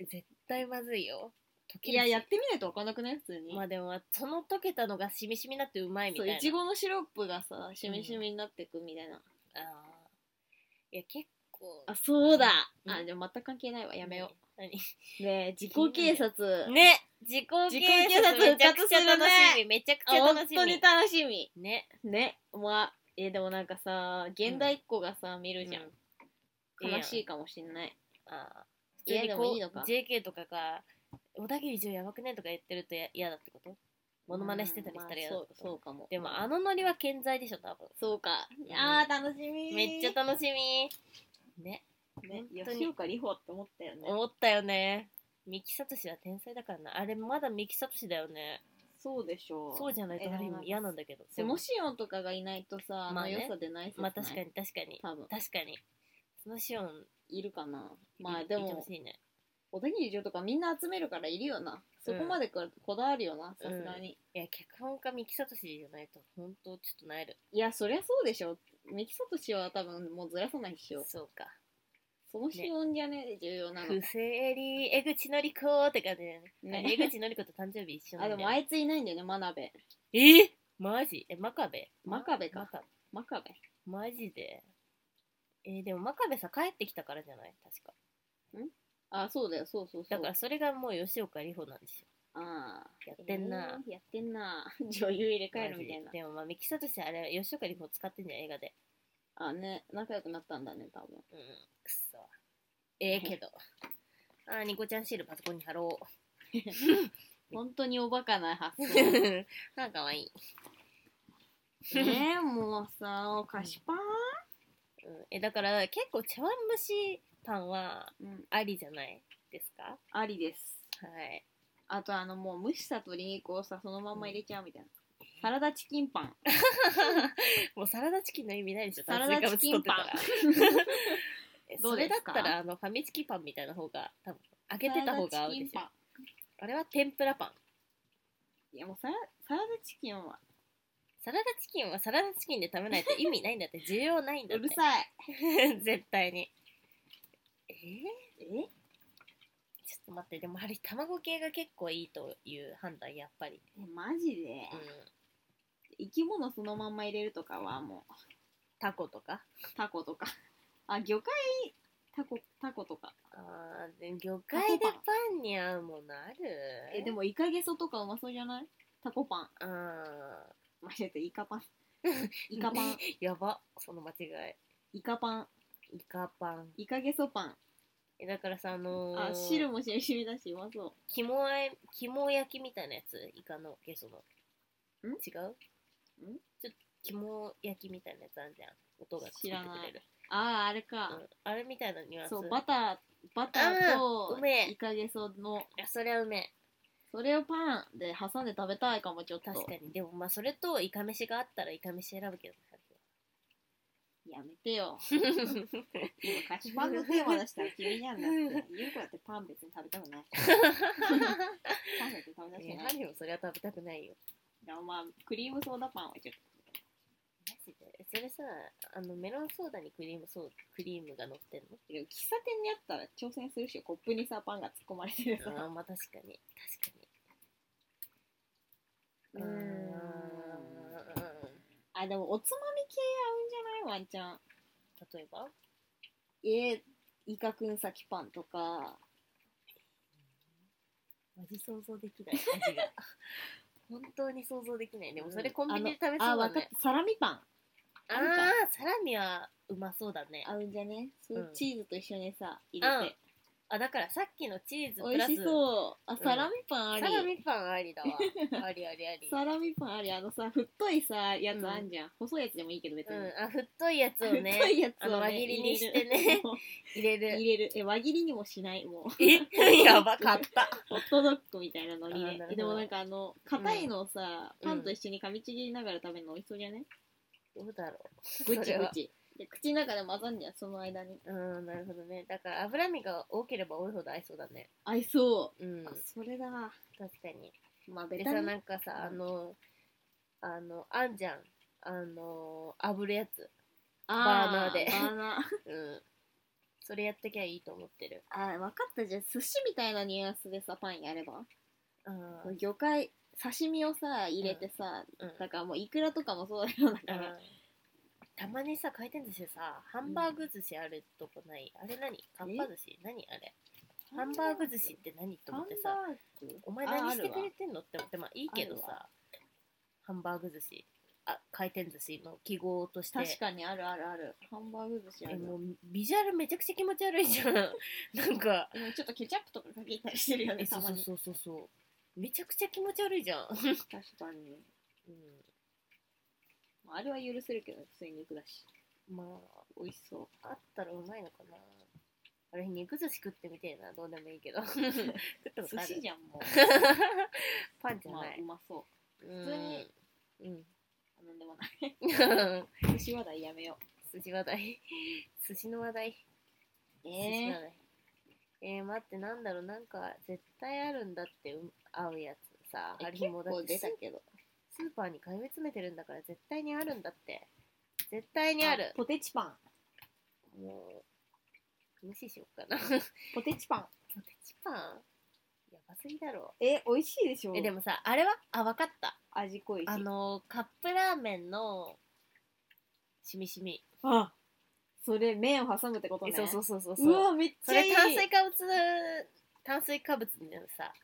絶対まずいよ溶けるしいややってみないと分かんなくない普通に、まあでもその溶けたのがしみしみになってうまいみそたういないちごのシロップがさしみしみになってくみたいな、あーいや結構あそうだ、うんあでも全く関係ないわやめよう何うねえ自己警察、ね自己自己警警察察めちゃくちゃ復活する楽ねしみめちゃくあちゃ楽本し当にみ楽しみねねまあえでもなんかさ現代っ子がさ、見るじゃん、うん悲しいかもしんないあーいやでもいいのか普通にこう JK とかが小田切城やばくねとか言ってるとや嫌だってことモノマネしてたりしたら嫌だうっんまあてことそうそうかもでもあのノリは健在でしょ多分そうかんいやー楽しみめっちゃ楽しみねね本当に吉岡里帆って思ったよね思ったよね三木聡は天才だからなあれまだ三木聡だよねそうでしょうそうじゃないとえあれなんか嫌なんだけどでもしオンとかがいないとさ、あまのあね良さでない説まなあい確かに確かに多分確かにそのシオンいるかないまあでいてほもしいね小田切城とかみんな集めるからいるよなそこまでここだわるよなさすがに、いや脚本家三木聡じゃないと本当ちょっとなえるいやそりゃそうでしょ三木聡氏は多分もうずらさないっしょそうかそのシオンじゃね重要なの不正理江口のり子って感じだよねねあれ江口のり子と誕生日一緒なあんだでよもあいついないんだよね真鍋えマジえ真壁真壁か真壁真壁マジでえーでも真壁さ帰ってきたからじゃない確かあそうだよそうそうそうだからそれがもう吉岡里帆なんですよああやってんな、えーやってん な女優入れ替えるみたいなマジででもまあ三木聡あれ吉岡里帆使ってんじゃん映画であね仲良くなったんだね多分うんくっそええ けどあーニコちゃんシールパソコンに貼ろ本当におバカな発 う想なんかわいい、ねえもうさお菓子パン、うん、えだから結構茶碗蒸しパンはうん、ありじゃないですかありですはいあとあのもう蒸した鶏肉をさそのまんま入れちゃうみたいな、サラダチキンパンもうサラダチキンの意味ないでしょサラダチキンパン炭水ど化物取ってたらうそれでだすっかたらあのファミチキパンみたいな方が多分揚げてた方が合うでしサょラダチあれは天ぷらパンキンパンいやもうサラサラダチキンはサラダチキンはサラダチキンで食べないと意味ないんだって 需要ないんだうってるさい 絶対にえー、えちょっと待ってでもあれ卵系が結構いいという判断やっぱりえマジでうん生き物そのまんま入れるとかはもうタコとかタコとかあ魚介タコタコとかあーで魚介でパンに合うものあるえでもイカゲソとかうまそうじゃないタコパンあ間違えたイカ パンイカパンーやばその間違イカパンいイカパンイカゲソパンえだからさあのー、あ汁もしみしみだしうまそう肝あえ肝焼きみたいなやつイカのゲソのん違うんちょっと肝焼きみたいなやつあるじゃん音が作って知らなくれいるあああれか、うんあれみたいなニュアンスそうバターバターとうんうめえイカゲソのいやそれはうめえそれをパンで挟んで食べたいかもちょっと確かにでもまあそれとイカ飯があったらイカ飯選ぶけどやめて よ今菓子パンのテーマ出したら君じゃんだってゆうこだってパン別に食べたく ないパン別に食べたくえない何もそれは食べたくないよでもまあクリームソーダパンはちょっマジでそれさあのメロンソーダにクリームソーダクリームが乗ってんのとでも喫茶店にあったら挑戦するしコップにさパンが突っ込まれて るさあーまあ確かに確かにうーんうーんあでもおつまみ系合うんじゃないワンち例えばゃんえイカくん先パンとか味想像できない 味が本当に想像できないでもそれコンビニで食べあそうのあだわかっねサラミパンああわかっあーサラミはうまそうだね合うんじゃねそういううんチーズと一緒にさ入れて、あだからさっきのチーズプ美ラス味しそうあんサラミパンあサり、ラミパンあ りだわありありありサラミパンありあのさ太いさやつあんじゃん、細いやつでもいいけど別うに、んあ太いやつをね太いやつあのを、ね、輪切りにして入れねる入れる入れるえ輪切りにもしないもうえ やばかったホットドッグみたいなのにあーなるねほどでもなんかあの硬いのをさ、うんパンと一緒に噛みちぎりながら食べるの美味しそうじゃね、どうだろうぐそちれぐはちで口の中で混ざんじゃんその間にうんなるほどねだから脂身が多ければ多いほど合いそうだね合いそうんう、あ確それだなかにまあでベタさになんかさあのあのあんじゃんあの炙るやつバーナーであバー ナーうんそれやってきゃいいと思ってるあー分かったじゃあ寿司みたいなニュアンスでさパンやればうんうん魚介刺身をさ入れてさ、だからもうイクラとかもそうだよだから、うんたまにさ回転寿司でさハンバーグ寿司あるとこない、あれ何かっぱ寿司何あれハンバーグ寿司って何とハ思ンってバさーグお前何してくれてんのって思ってまあいいけどあるさハンバーグ寿司あ回転寿司の記号として確かにあるあるあるハンバーグ寿司あえるもうビジュアルめちゃくちゃ気持ち悪い じゃんなんかでもちょっとケチャップとかかけたりしてるよえねそたうまにそうそうそうめちゃくちゃ気持ち悪いじゃん、うん確かにまああれは許せるけど普通に肉だしま美味しそうああったらうまいのかなあれ肉寿司食ってみてえなどうでもいいけど食 った こと寿ある司じゃんも パンじうゃまあ、ないうまそううん普通に うんあなんでもない 寿司話題やめよ寿司話題寿司の話題う寿司え話題えー、待ってなんだろうなんか絶対あるんだってうん合うやつさあえれ結もうだ構って出スたけどスーパーに通い詰めてるんだから絶対にあるんだって絶対にあるポテチパンもう無視しようかな ポポテチパンテチパンやばすぎだろえ美味しいでしょえでもさあれはあわかった味濃いしあのカップラーメンのしみしみ、あそれ麺を挟むってことねえそうそうそうそうそうわめっそちゃれいい炭水化物炭水化物になるさ、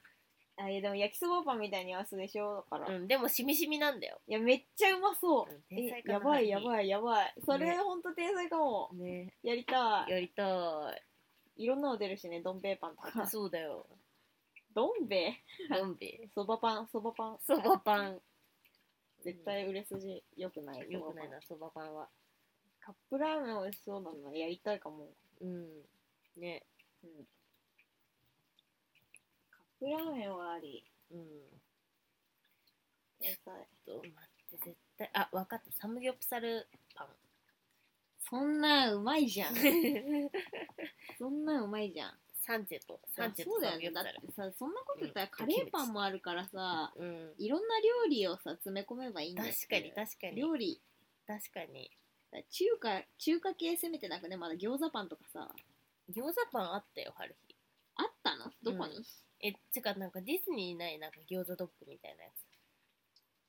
あいやでも焼きそばパンみたいに合わせでしょだから、いうん、でもしみしみなんだよ、やめっちゃうまそううん、天え才かやばいやいばいやばいそれねほんと天才かもねやりたいやりたいろんなの出るしねどん兵衛パンとかいそうだよどん兵衛ゾンビそばパンそばパンそばパン絶対売れ筋良くないよくないそばなそばパンはパンカップラーメン美味しそうなのやりたいかもうんねうんカップラーメンはありうん天才ちょっと待って絶対あ分かったサムギョプサル パンそんなうまいじゃん そんなうまいじゃんサンチェとサあンチェそとうだサよムギねョだプっサてルさそんなこと言ったらカレーパンもあるからさうんいろんな料理をさ詰め込めばいいんだ確よかに確かに料理確かにだから中華中華系攻めてなくねまだ餃子パンとかさ餃子パンあったよ春日あったのどこに、うんえてかなんかディズニーにないなんか餃子ドッグみたいなや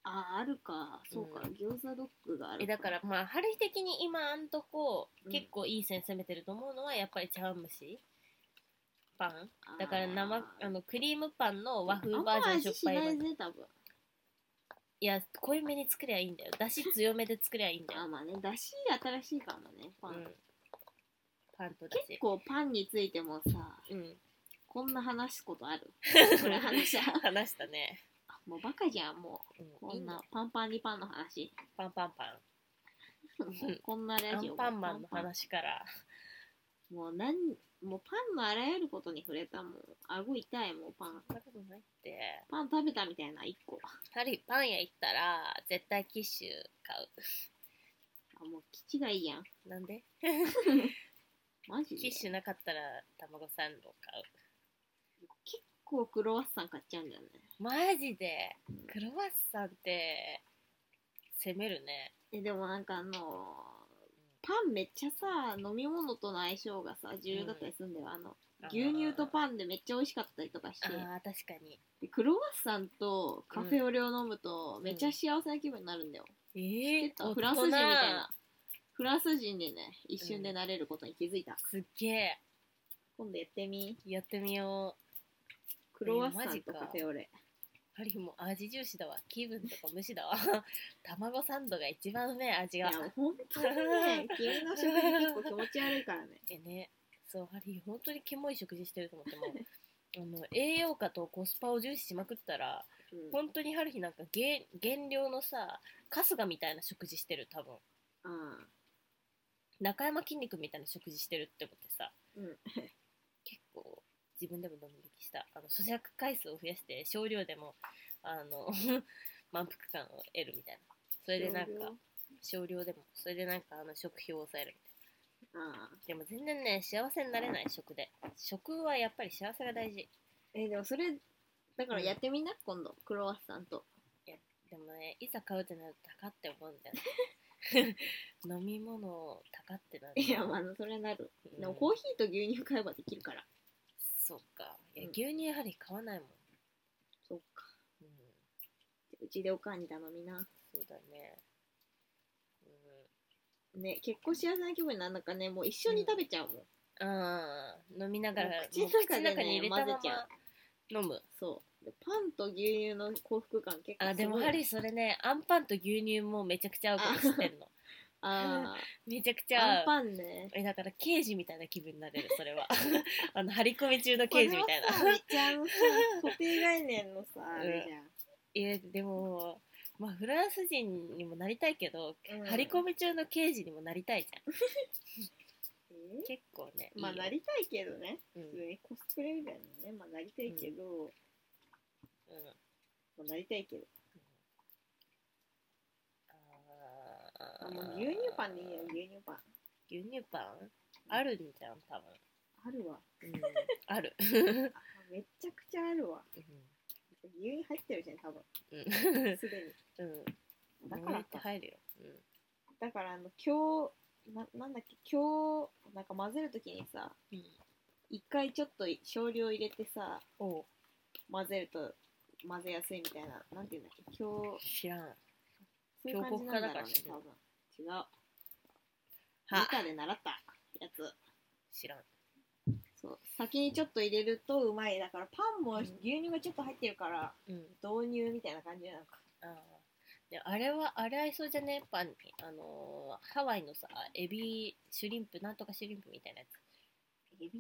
あああるかそうか、う餃子ドッグがあつるえだからまあ春日的に今あんとこうん結構いい線攻めてると思うのはやっぱり茶碗蒸しパンだから生あのクリームパンの和風バージョンしょっぱいあんま版味しないぜ多分いや濃いめに作りゃいいんだよだし強めで作りゃいいんだよあまあねだし新しいからねパン、うん、パンとだ結し構パンについてもさうんこんな話すこと あるこれ話し合う話したね、もうバカじゃんもううこんなパンパンにパンの話パンパンパンんこんなラアジオンパンマンのパンパ話からンもうなんもうパンのあらゆることに触れたもう顎痛いもうパンそんなことないってパン食べたみたいな1個パリパン屋行ったら絶対キッシュ買あもう基地がいいやんうなんでマジでキッシュなかったら卵サンド買結構クロワッサン買っちゃうんだよねうマジでクロワッサンって攻めるねえでもなんかあのーパンめっちゃさ飲み物との相性がさ重要だったりするんだよ、あの牛乳とンパンでめっちゃ美味しかったりとかしてあー確かにでクロワッサンとカフェオレを飲むとんめっちゃ幸せな気分になるんだよ、えーフランス人みたいな。フランス人でね一瞬で慣れることに気づいた、すっげえ。今度やってみやってみよクロワッえーサマンジとかカフェオレう。やはりもう味重視だわ。気分とか無視だわ。 卵サンドが一番うめえ味いがや。本当にね君の食事結構気持ち悪いからねえね、そう、ハリー、本当にキモい食事してると思っても、あの栄養価とコスパを重視しまくったら、うん本当にハルヒなんか減減量のさ、春日みたいな食事してる、多分あ中山筋肉みたいな食事してるって思ってさ、うん結構自分でもドン引きしたあの咀嚼回数を増やして少量でもあの 満腹感を得るみたいなそれでなんか少量でもそれでなんかあの食費を抑えるみたいあああなでも全然ね幸せになれない食で食はやっぱり幸せが大事えでもそれだからやってみな、今度クロワッサンとでもねいざ買うってなると高って思うんだよね 飲み物を高ってなるいやまあそれなる、うんでもコーヒーと牛乳買えばできるからそうかいやうん牛乳やはり買わないもん、そっかうんうちでおかんに頼みなそうだね。ね結構幸せな気分になんだかねもう一緒に食べちゃうもん、うん。ああ、飲みながら、ももうう口口の中ので中ねに入れたま混ぜちゃま飲む。そうでパンと牛乳の幸福感結構あ、でもハハリーそれね、アンパンと牛乳もめちゃくちゃ合うこと知っ てるの。あめちゃくちーアゃ合うン。パンねえ、だから刑事みたいな気分になれる、それは。 あの、張り込み中の刑事みたいなこ。れはさめっちゃあのさ固定概念のさあれじゃんいや、でも、まあフランス人にもなりたいけど、うん張り込み中の刑事にもなりたいじゃん。え結構ね。まあいいよなりたいけどねうん。普通にコスプレみたいなのねまあなりたいけど、うんまあなりたいけどああーもう牛乳パンでいいよ牛乳パン牛乳パンあるんじゃん多分、あるわうん、ある、あめっちゃくちゃあるわ う牛乳入ってるじゃん多分んうんすでにうん、だからかって入るよ、だからあの今日ななんだっけ今日なんか混ぜるときにさうん一回ちょっと少量入れてさおう混ぜると混ぜやすいみたいななんていうんだっけ今日知らんはそういう感じなんだろうね強国家だから多分違う理科で習ったやつ知らんそう先にちょっと入れるとうまいだからパンも牛乳がちょっと入ってるからうん導入みたいな感じなのかあーであれはあれ合いそうじゃねパンにあのーハワイのさエビシュリンプなんとかシュリンプみたいなやエビ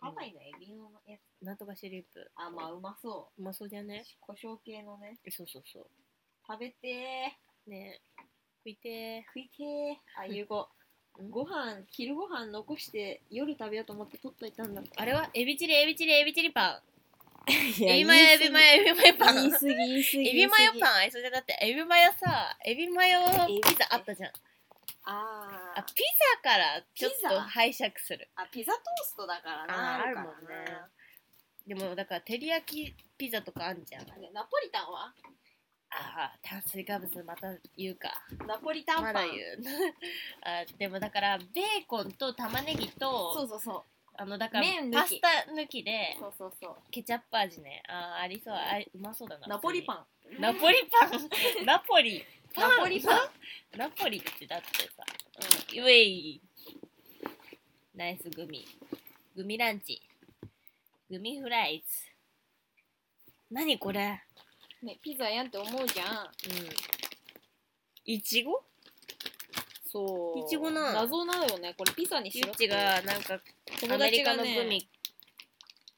ハワイのエビのやつつなんとかシュリンプあまあうまそうまそうじゃうね胡椒系のねそうそうそ食べてうね食いてー食いてーあゆうごうんご飯昼ご飯残して夜食べようと思って取っといたんだーあれはエビチリエビチリエビチリパンエエビマヨエビマヨエビマヨパン言い過ぎ言い過ぎエビマヨンパンあれそれだってエビマヨさエビマヨピザあったじゃんああーピザからちょっピとザ拝借するあピザトーストだからなあーあるからあるもんねなでもだから照り焼きピザとかあんじゃんああれナポリタンはあー炭水化物また言うかナポリタンパまン、だ言う あーでもだからベーコンと玉ねぎそとうそうそうあのだから麺抜きパスタ抜きでそうそうそうケチャップ味ねあーありそうあうまそうだなナポリパンンナポリパ ンナポリパンナポリパンナポリってだってさウェイナイスグミグミランチグミフライズ何これねピザやんって思うじゃんうんいちごそういちごな謎なのよねこれピザにしゆろっってちがなんかア友メ達リカがのねグミ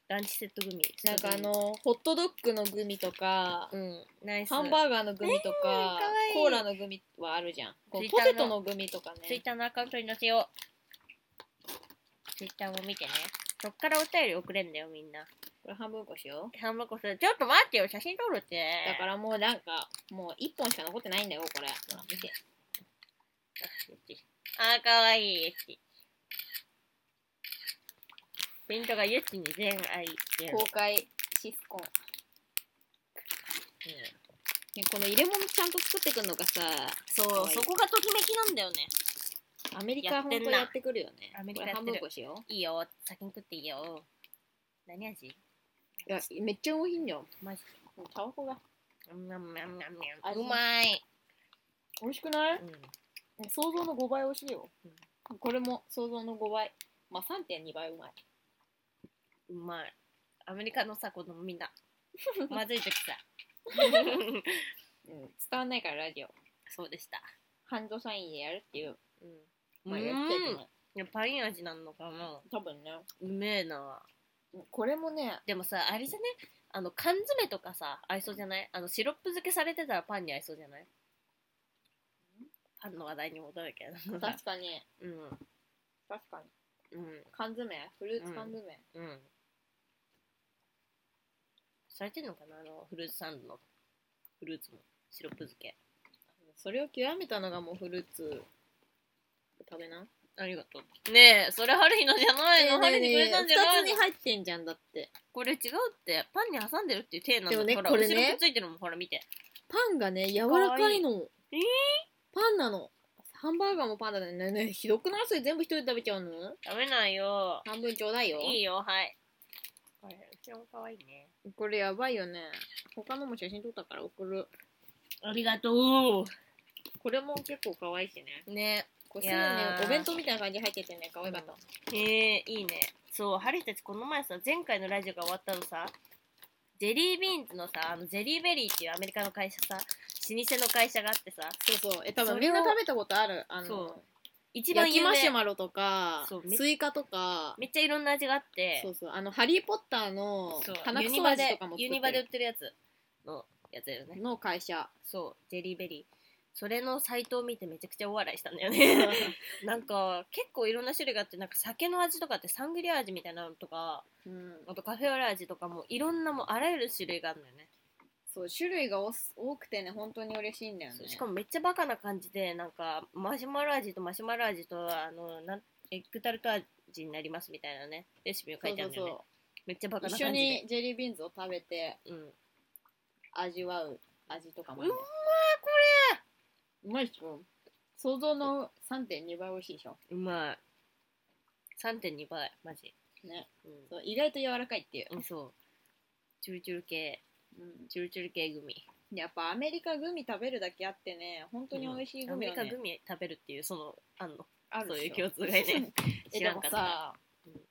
ランチセットグミなんかあのホットドッグのグミとかうんナイスハンバーガーのグミとかかわいいコーラのグミはあるじゃんこうポ Twitter テのトのグミとかツイッねターのアカウントに載せようツイッターも見てねそっからお便り送れんだよみんなこれ半分こしようハンバーガーさんちょっと待ってよ写真撮るってだからもうなんかもう1本しか残ってないんだよこれほら見てあー、かわいい、ゆっち。ペイントがゆっちに全愛してる。公開シスコン、ね、この入れ物ちゃんと作ってくんのがさそう、そこがときめきなんだよね。アメリやカっ本てんな当やってくるよねアメリこカれやっ半てる分こしよいいよ、先に食っていいよ。何味ういやめっちゃ美味しいんだよマジタバコがうんうんうんうん味うまい。美味しくないうん想像の5倍美味しいようん、これも想像の5倍まあ3.2倍うまいうまいアメリカのさ子供みん なまずい時さ うん伝わんないからラジオそうでした、ハンドサインでやるっていううんまあまあ、ややっっちゃいけないいやパイン味なのかな多分ねうめえなこれもねでもさあれじゃねあの缶詰とかさ合いそうじゃないあのシロップ漬けされてたらパンに合いそうじゃないパンの話題に戻るけど確かにうん確かにうん缶詰フルーツ缶詰、うんされてんのかなあのフルーツサンドのフルーツもシロップ漬けそれを極めたのがもうフルーツ食べなありがとうねえそれ春日のじゃないの、春日くれたんじゃな2いのつに入ってんじゃんだってこれ違うってパンに挟んでるっていう体なんだでもねほらこれね後ろくっついてるもんほら見てパンがね柔らかいのいいえパンなのハンバーガーもパンだねねえねえひどくないそれ全部一人で食べちゃうの食べないよ半分ちょうだいよいいよはいこれうちも可愛いねこれやばいよね他のも写真撮ったから送るありがとこれも結構可愛いしねうねこれいすぐねやーお弁当みたいな感じに入っててね可愛かった、えー、いいねそうハリーたちこの前さ前回のラジオが終わったのさジェリービーンズのさあのジェリーベリーっていうアメリカの会社さ老舗の会社があってさそうそうえ多分そみれんをな食べたことあるあそのう一番焼き有名マシュマロとかそうめスイカとかめっちゃいろんな味があってそうそうあの「ハリー・ポッター」のそう花ユくニそバ味でとかも作ユっニバで売っててるやつのやつだよねるの会社そうジェリーベリーそれのサイトを見てめちゃくちゃ大笑いしたんだよねなんか結構いろんな種類があってなんか酒の味とかってサングリア味みたいなのとかうんあとカフェオレ味とかもいろんなもうあらゆる種類があるんだよねそう種類が多す多くてね本当に嬉しいんだよそねうしかもめっちゃバカな感じでなんかマシュマロ味とマシュマロ味とあのなんエッグタルト味になりますみたいなねレシピを書いてあるんだよねそめっちゃバうそカうな一緒感じでにジェリービーンズを食べてうん味わう味とかもあるねうまうまいっしょ想像の3.2倍美味しいでしょうまい3.2倍マジねうんそう意外と柔らかいっていう、うん、そう。チュルチュル系、うんチュルチュル系グミ。やっぱアメリカグミ食べるだけあってね本当に美味しいグミアはメねリカ、グミ食べるっていう、その、あんの、あるそうでいしうょ共通概 念。え知でらんもかったな。さ、うん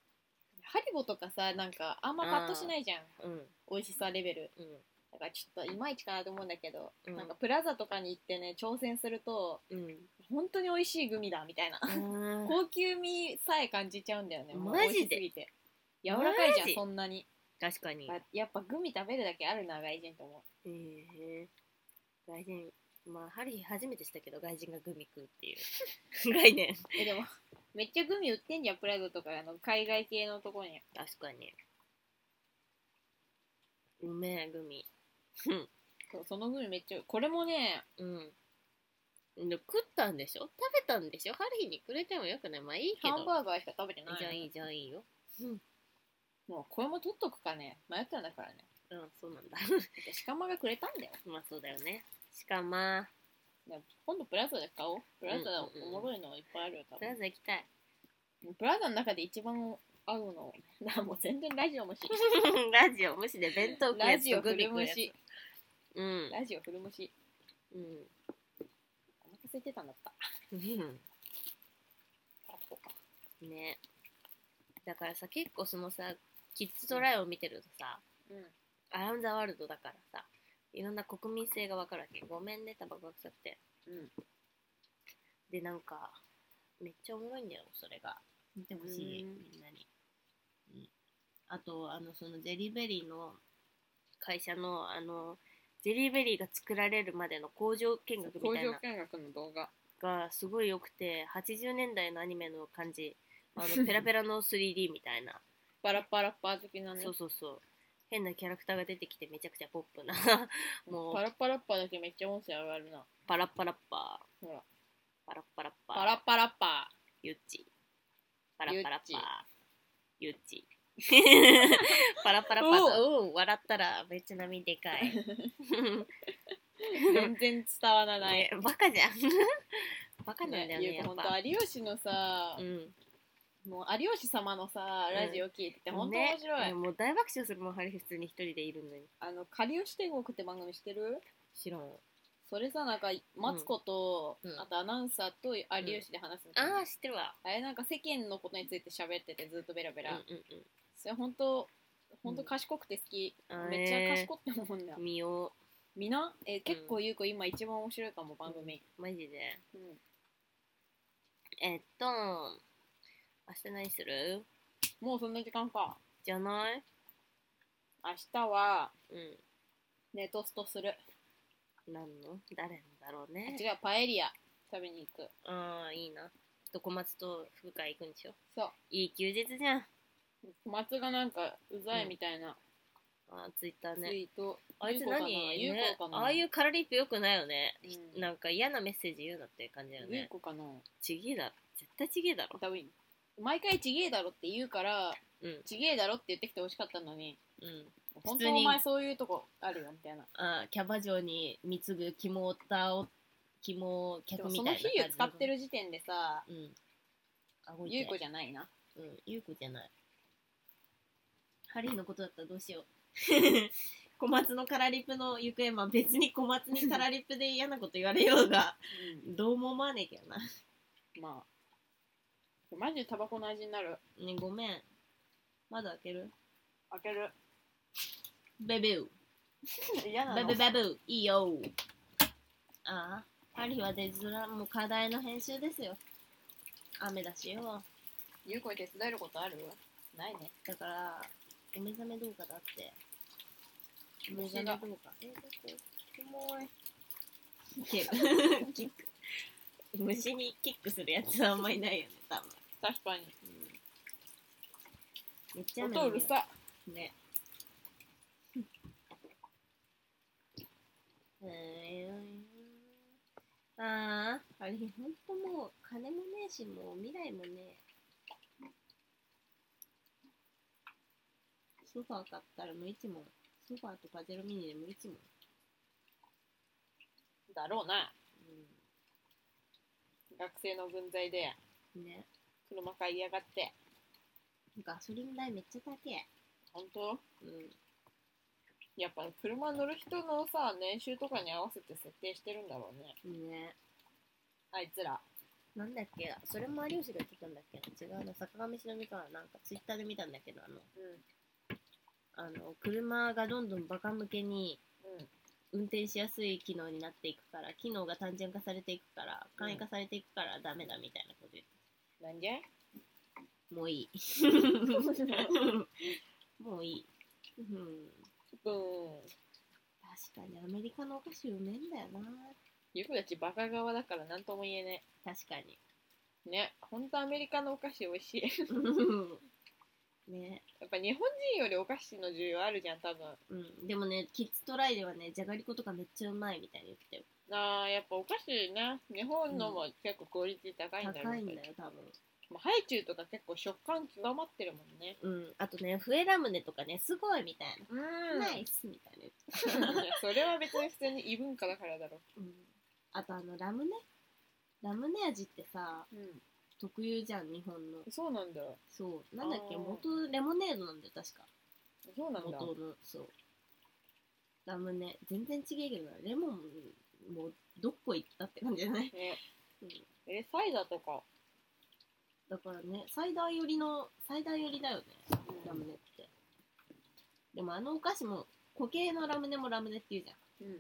ハリボとかさなんかあんまパッとしないじゃんうん、美味しさレベルうん、だからちょっといまいちかなと思うんだけど、うんなんかプラザとかに行ってね挑戦するとうん。本当に美味しいグミだみたいな、う ん高級味さえ感じちゃうんだよねもうマ美ジで味しすぎて柔らかいじゃマんジそんなに確かに。やっぱやっぱグミ食べるだけあるな外人と思えー、外人、まあ、ハリー初めてしたけど、外人がグミ食うっていう概念。うえでも めっちゃグミ売ってんじゃんプラザとかあの海外系のとこに確かに。うめえ、グミ。そうそのグミめっちゃこれもねうん。で食ったんでしょ食べたんでしょハリーにくれてもよくないまあいいけど。ハンバーガーしか食べてないじゃあいいじゃあいいよ。もうこれも取っとくかね迷ったんだからねうん、そうなんだ。だって鹿間がくれたんだよ まあそうだよね。しかまあ、でも今度プラザで買おうプラザうんうんおもろいのいっぱいあるよ多とりあえ分ず行きたい。プラザの中で一番合うのな もう全然ラジオ無視ラジオ無視で弁当食うやラつジオとグ古ミ食うやつ虫うん。ラジオ古虫お腹空いてたんだったうん。ね。だからさ、結構そのさ、キッズトライを見てるとさ、うんアラウンザワールドだからさ、いろんな国民性がわかるわけ。ごめんね、タバコが臭くて。うで、なんか、めっちゃおもろいんだよ、それが。んでも欲しい、うんみんなに、あとあのそのジェリーベリーの会社のあのジェリーベリーが作られるまでの工場見学み工た場いなの見学の動画がすごい良くて80年代のアニメの感じあのペラペラの 3D みたいなパラパラッパー好きなねそうそうそう変なキャラクターが出てきてめちゃくちゃポップ なもうパラパラッパーだけめっちゃ音声上がるなパラッパラッパーほらパラッパラッパーパラパラッパゆっちパラッパラッパーゆっ ちパラッパラッパーおお笑ったらめっちゃ波でか いー全然伝わらないねバカじゃん バカなんだねよねゆうやこっほんとぱ有吉のさう、んもう有吉様のさうんラジオ聞いてて本当面白い、ねやもう大爆笑するもんハリー普通に一人でいるのにあの「かりよし天国」って番組してる知らんそれさなんかマツコと、うんあとアナウンサーと有吉で話すみたいな、ああ知ってるわあれなんか世間のことについて喋っててずっとベラベうんラ、うんそれ本当本当賢くて好き、うんめっちゃ賢って思うんだ、見よみんなえ結構ゆうこ今一番面白いかも番組、うマジでうんえっと明日何するもうそんな時間かじゃない明日はうんねトーストする何の誰のだろうあね違うパエリア食べに行くああいいなと小松と福会行くんでしょそいい休日じゃんう松がなんかうざいみたいなあーツイッターツねイート、あいつ有効かな何、有ね効かなああいうカラリップよくないよね、うんなんか嫌なメッセージ言うなって感じだよゆうねこかなちげえだろ絶対ちげえだろ多分毎回ちげえだろって言うからうんちげえだろって言ってきてほしかったのにうん本当お前そういうとこあるよみたいなあーキャバ嬢に貢ぐ肝をたお肝で客もみたそいなの感じ比喩使ってる時点でさうんあごいゆうこじじゃないなゃうんゆうこじゃないハリーのことだったらどうしよう 小松のカラリップの行方まあ別に小松にカラリップで嫌なこと言われようがどうも思わねえけどなまあマジでタバコの味になるねごめん窓開ける開けるベベウ嫌なベのベベブーいいよああハリーはデジドラもう課題の編集ですよ雨だしよゆうこに手伝えることあるないねだからお目覚め動画だってお目星覚がめ動画えだってキモい キックキック 虫にキックするやつはあんまりないよね多分確かにめっちゃ雨音うるさね。ああ、あれ、ほんともう、金もねえし、もう未来もねえ。ソファー買ったら無一文。ソファーとパジェロミニで無一文。いだろうな学生の分際でうん、ね。車買いやがってガソリン代めっちゃ高え。本当うん。やっぱ車乗る人のさ年収とかに合わせて設定してるんだろうねねあいつらなんだっけそれも有吉が言ってたんだっけ違うの、坂上忍からなんかツイッターで見たんだけど、あの、うあの車がどんどんバカ向けにんうん運転しやすい機能になっていくから機能が単純化されていくから簡易化されていくからダメだみたいなこと言っなんでてもういい もういい、うん、うん確かにアメリカのお菓子うめえんだよなゆうこたちバカ側だから何とも言えね確か にえねほんとアメリカのお菓子美味しいうんね、やっぱ日本人よりお菓子の需要あるじゃん多分うん、でもねキッズトライではねじゃがりことかめっちゃうまいみたいに言ってたよあーやっぱお菓子ね日本のも結構クオリティ高いんだろう高いんだけどよ多分まあハイチュウとか結構食感極まってるもんねうんあとね笛ラムネとかねすごいみたいうなナイスみたいな言って それは別に普通に異文化だからだろうんあとあのラムネラムネ味ってさう、特有じゃん日本のそうなんだそうなんだっけあー元レモネードなんだよ確かそうなんだ元のそうラムネ全然違えけどなレモンもうどっこ行ったって感じじゃないねうんえサイダーとかだからねサイダー寄りのサイダー寄りだよねラムネってでもあのお菓子も固形のラムネもラムネって言うじゃんうん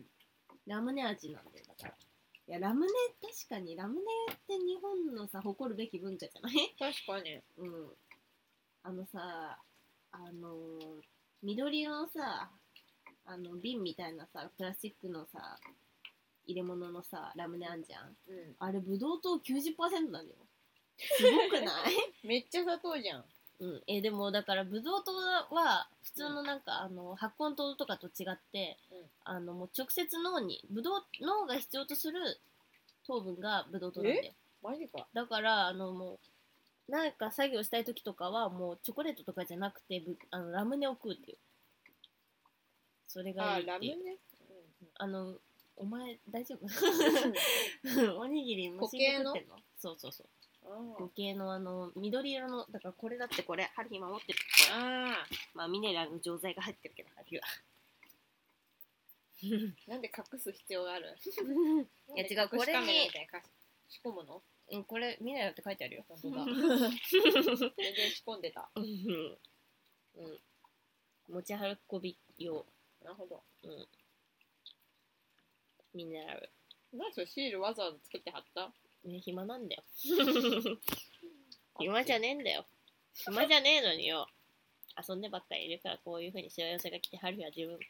ラムネ味なんだよだからいやラムネ確かにラムネって日本のさ誇るべき文化じゃない確かにうん。あのさ、あのー緑色のさ、あの瓶みたいなさ、プラスチックのさ、入れ物のさ、ラムネあんじゃん。うんあれ、ブドウ糖90%なんだよ。すごくない めっちゃ砂糖じゃんうん。え、でも、だから、ブドウ糖は、普通のなんか、あの、発根糖とかと違って、うんあの、もう直接脳に、ブドウ、脳が必要とする糖分がブドウ糖なんだよ。マジかだからあのもうなんか作業したい時とかはもうチョコレートとかじゃなくてぶあのラムネを食うっていうそれがあいいラっムていうネあのお前大丈夫うん おにぎり虫が食ってんのそうそうそうあ 固形のあの緑色のだからこれだってこれハリー今持ってるこれあまあミネラルの錠剤が入ってるけどハリーはなんで隠す必要があ るいや違うこれにみたいな仕込むのうんこれ見ないよって書いてあるよ本当だ全然仕込んでた うん持ち運び用なるほどミネラル何それシールわざわざつけて貼ったね暇なんだよ暇じゃねえんだよ暇じゃねえのによ遊んでばっかりいるからこういうふうにしわ寄せが来て春日は自分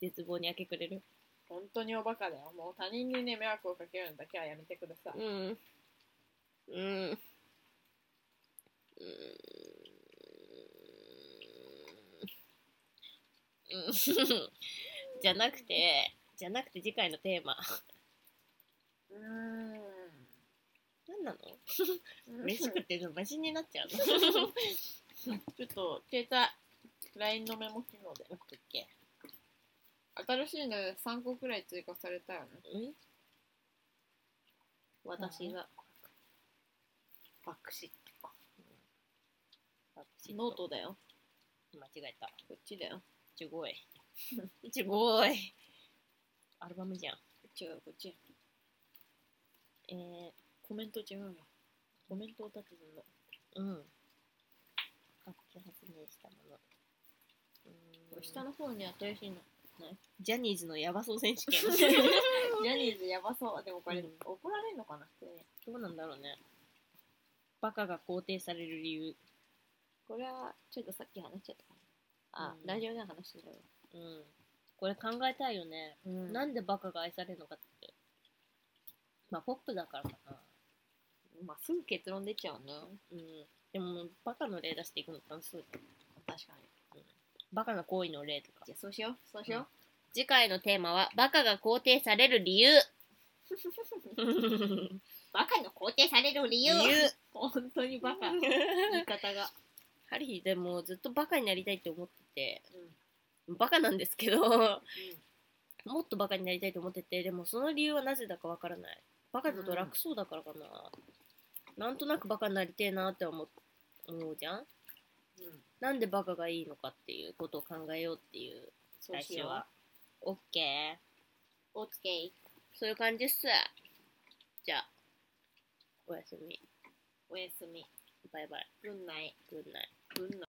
絶望に明け暮れる本当におバカだよもう他人にね迷惑をかけるのだけはやめてください、うんうんうんじゃなくてじゃなくて次回のテーマうーん何なの飯食ってるのマシになっちゃう のちょっと携帯 LINE のメモ機能でオッケ新しいの3個くらい追加されたよねーうん私がバクシットかノノーートトだよ間違えたこっちだよすごいすごいアルバムじゃん違うこっちえー、コメント違うよコメントを立てるのうん楽器発明したものうーん下の方に新しいのジャニーズのヤバそう選手 権 ジャニーズやばそうでもこれ、うん怒られるのかな普通にどうなんだろうねバカが肯定される理由これはちょっとさっき話しちゃったかなあ、うんラジオで話してたよ、うんこれ考えたいよね、ななんんでバカが愛されるのかってまあポップだからかなまあ、すぐ結論出ちゃうなうんでもバカの例出していくの楽しそうだよ確かにバカな行為の例とかじゃあそうしようそうしよう、次回のテーマはバカが肯定される理由 バカの肯定される理由本当にバカ言い方がハリーでもずっとバカになりたいって思っうててバカなんですけどもっとバカになりたいと思っててでもその理由はなぜだかわからないバカだと楽そうだからかな、なんとなくバカになりてえなって思う思うじゃんん、うん、なんでバカがいいのかっていうことを考えようっていうそう来し週よはうオッケーオッケーそういう感じっすじゃあおやすみおやすみバイバイぐんないグッナイぐんない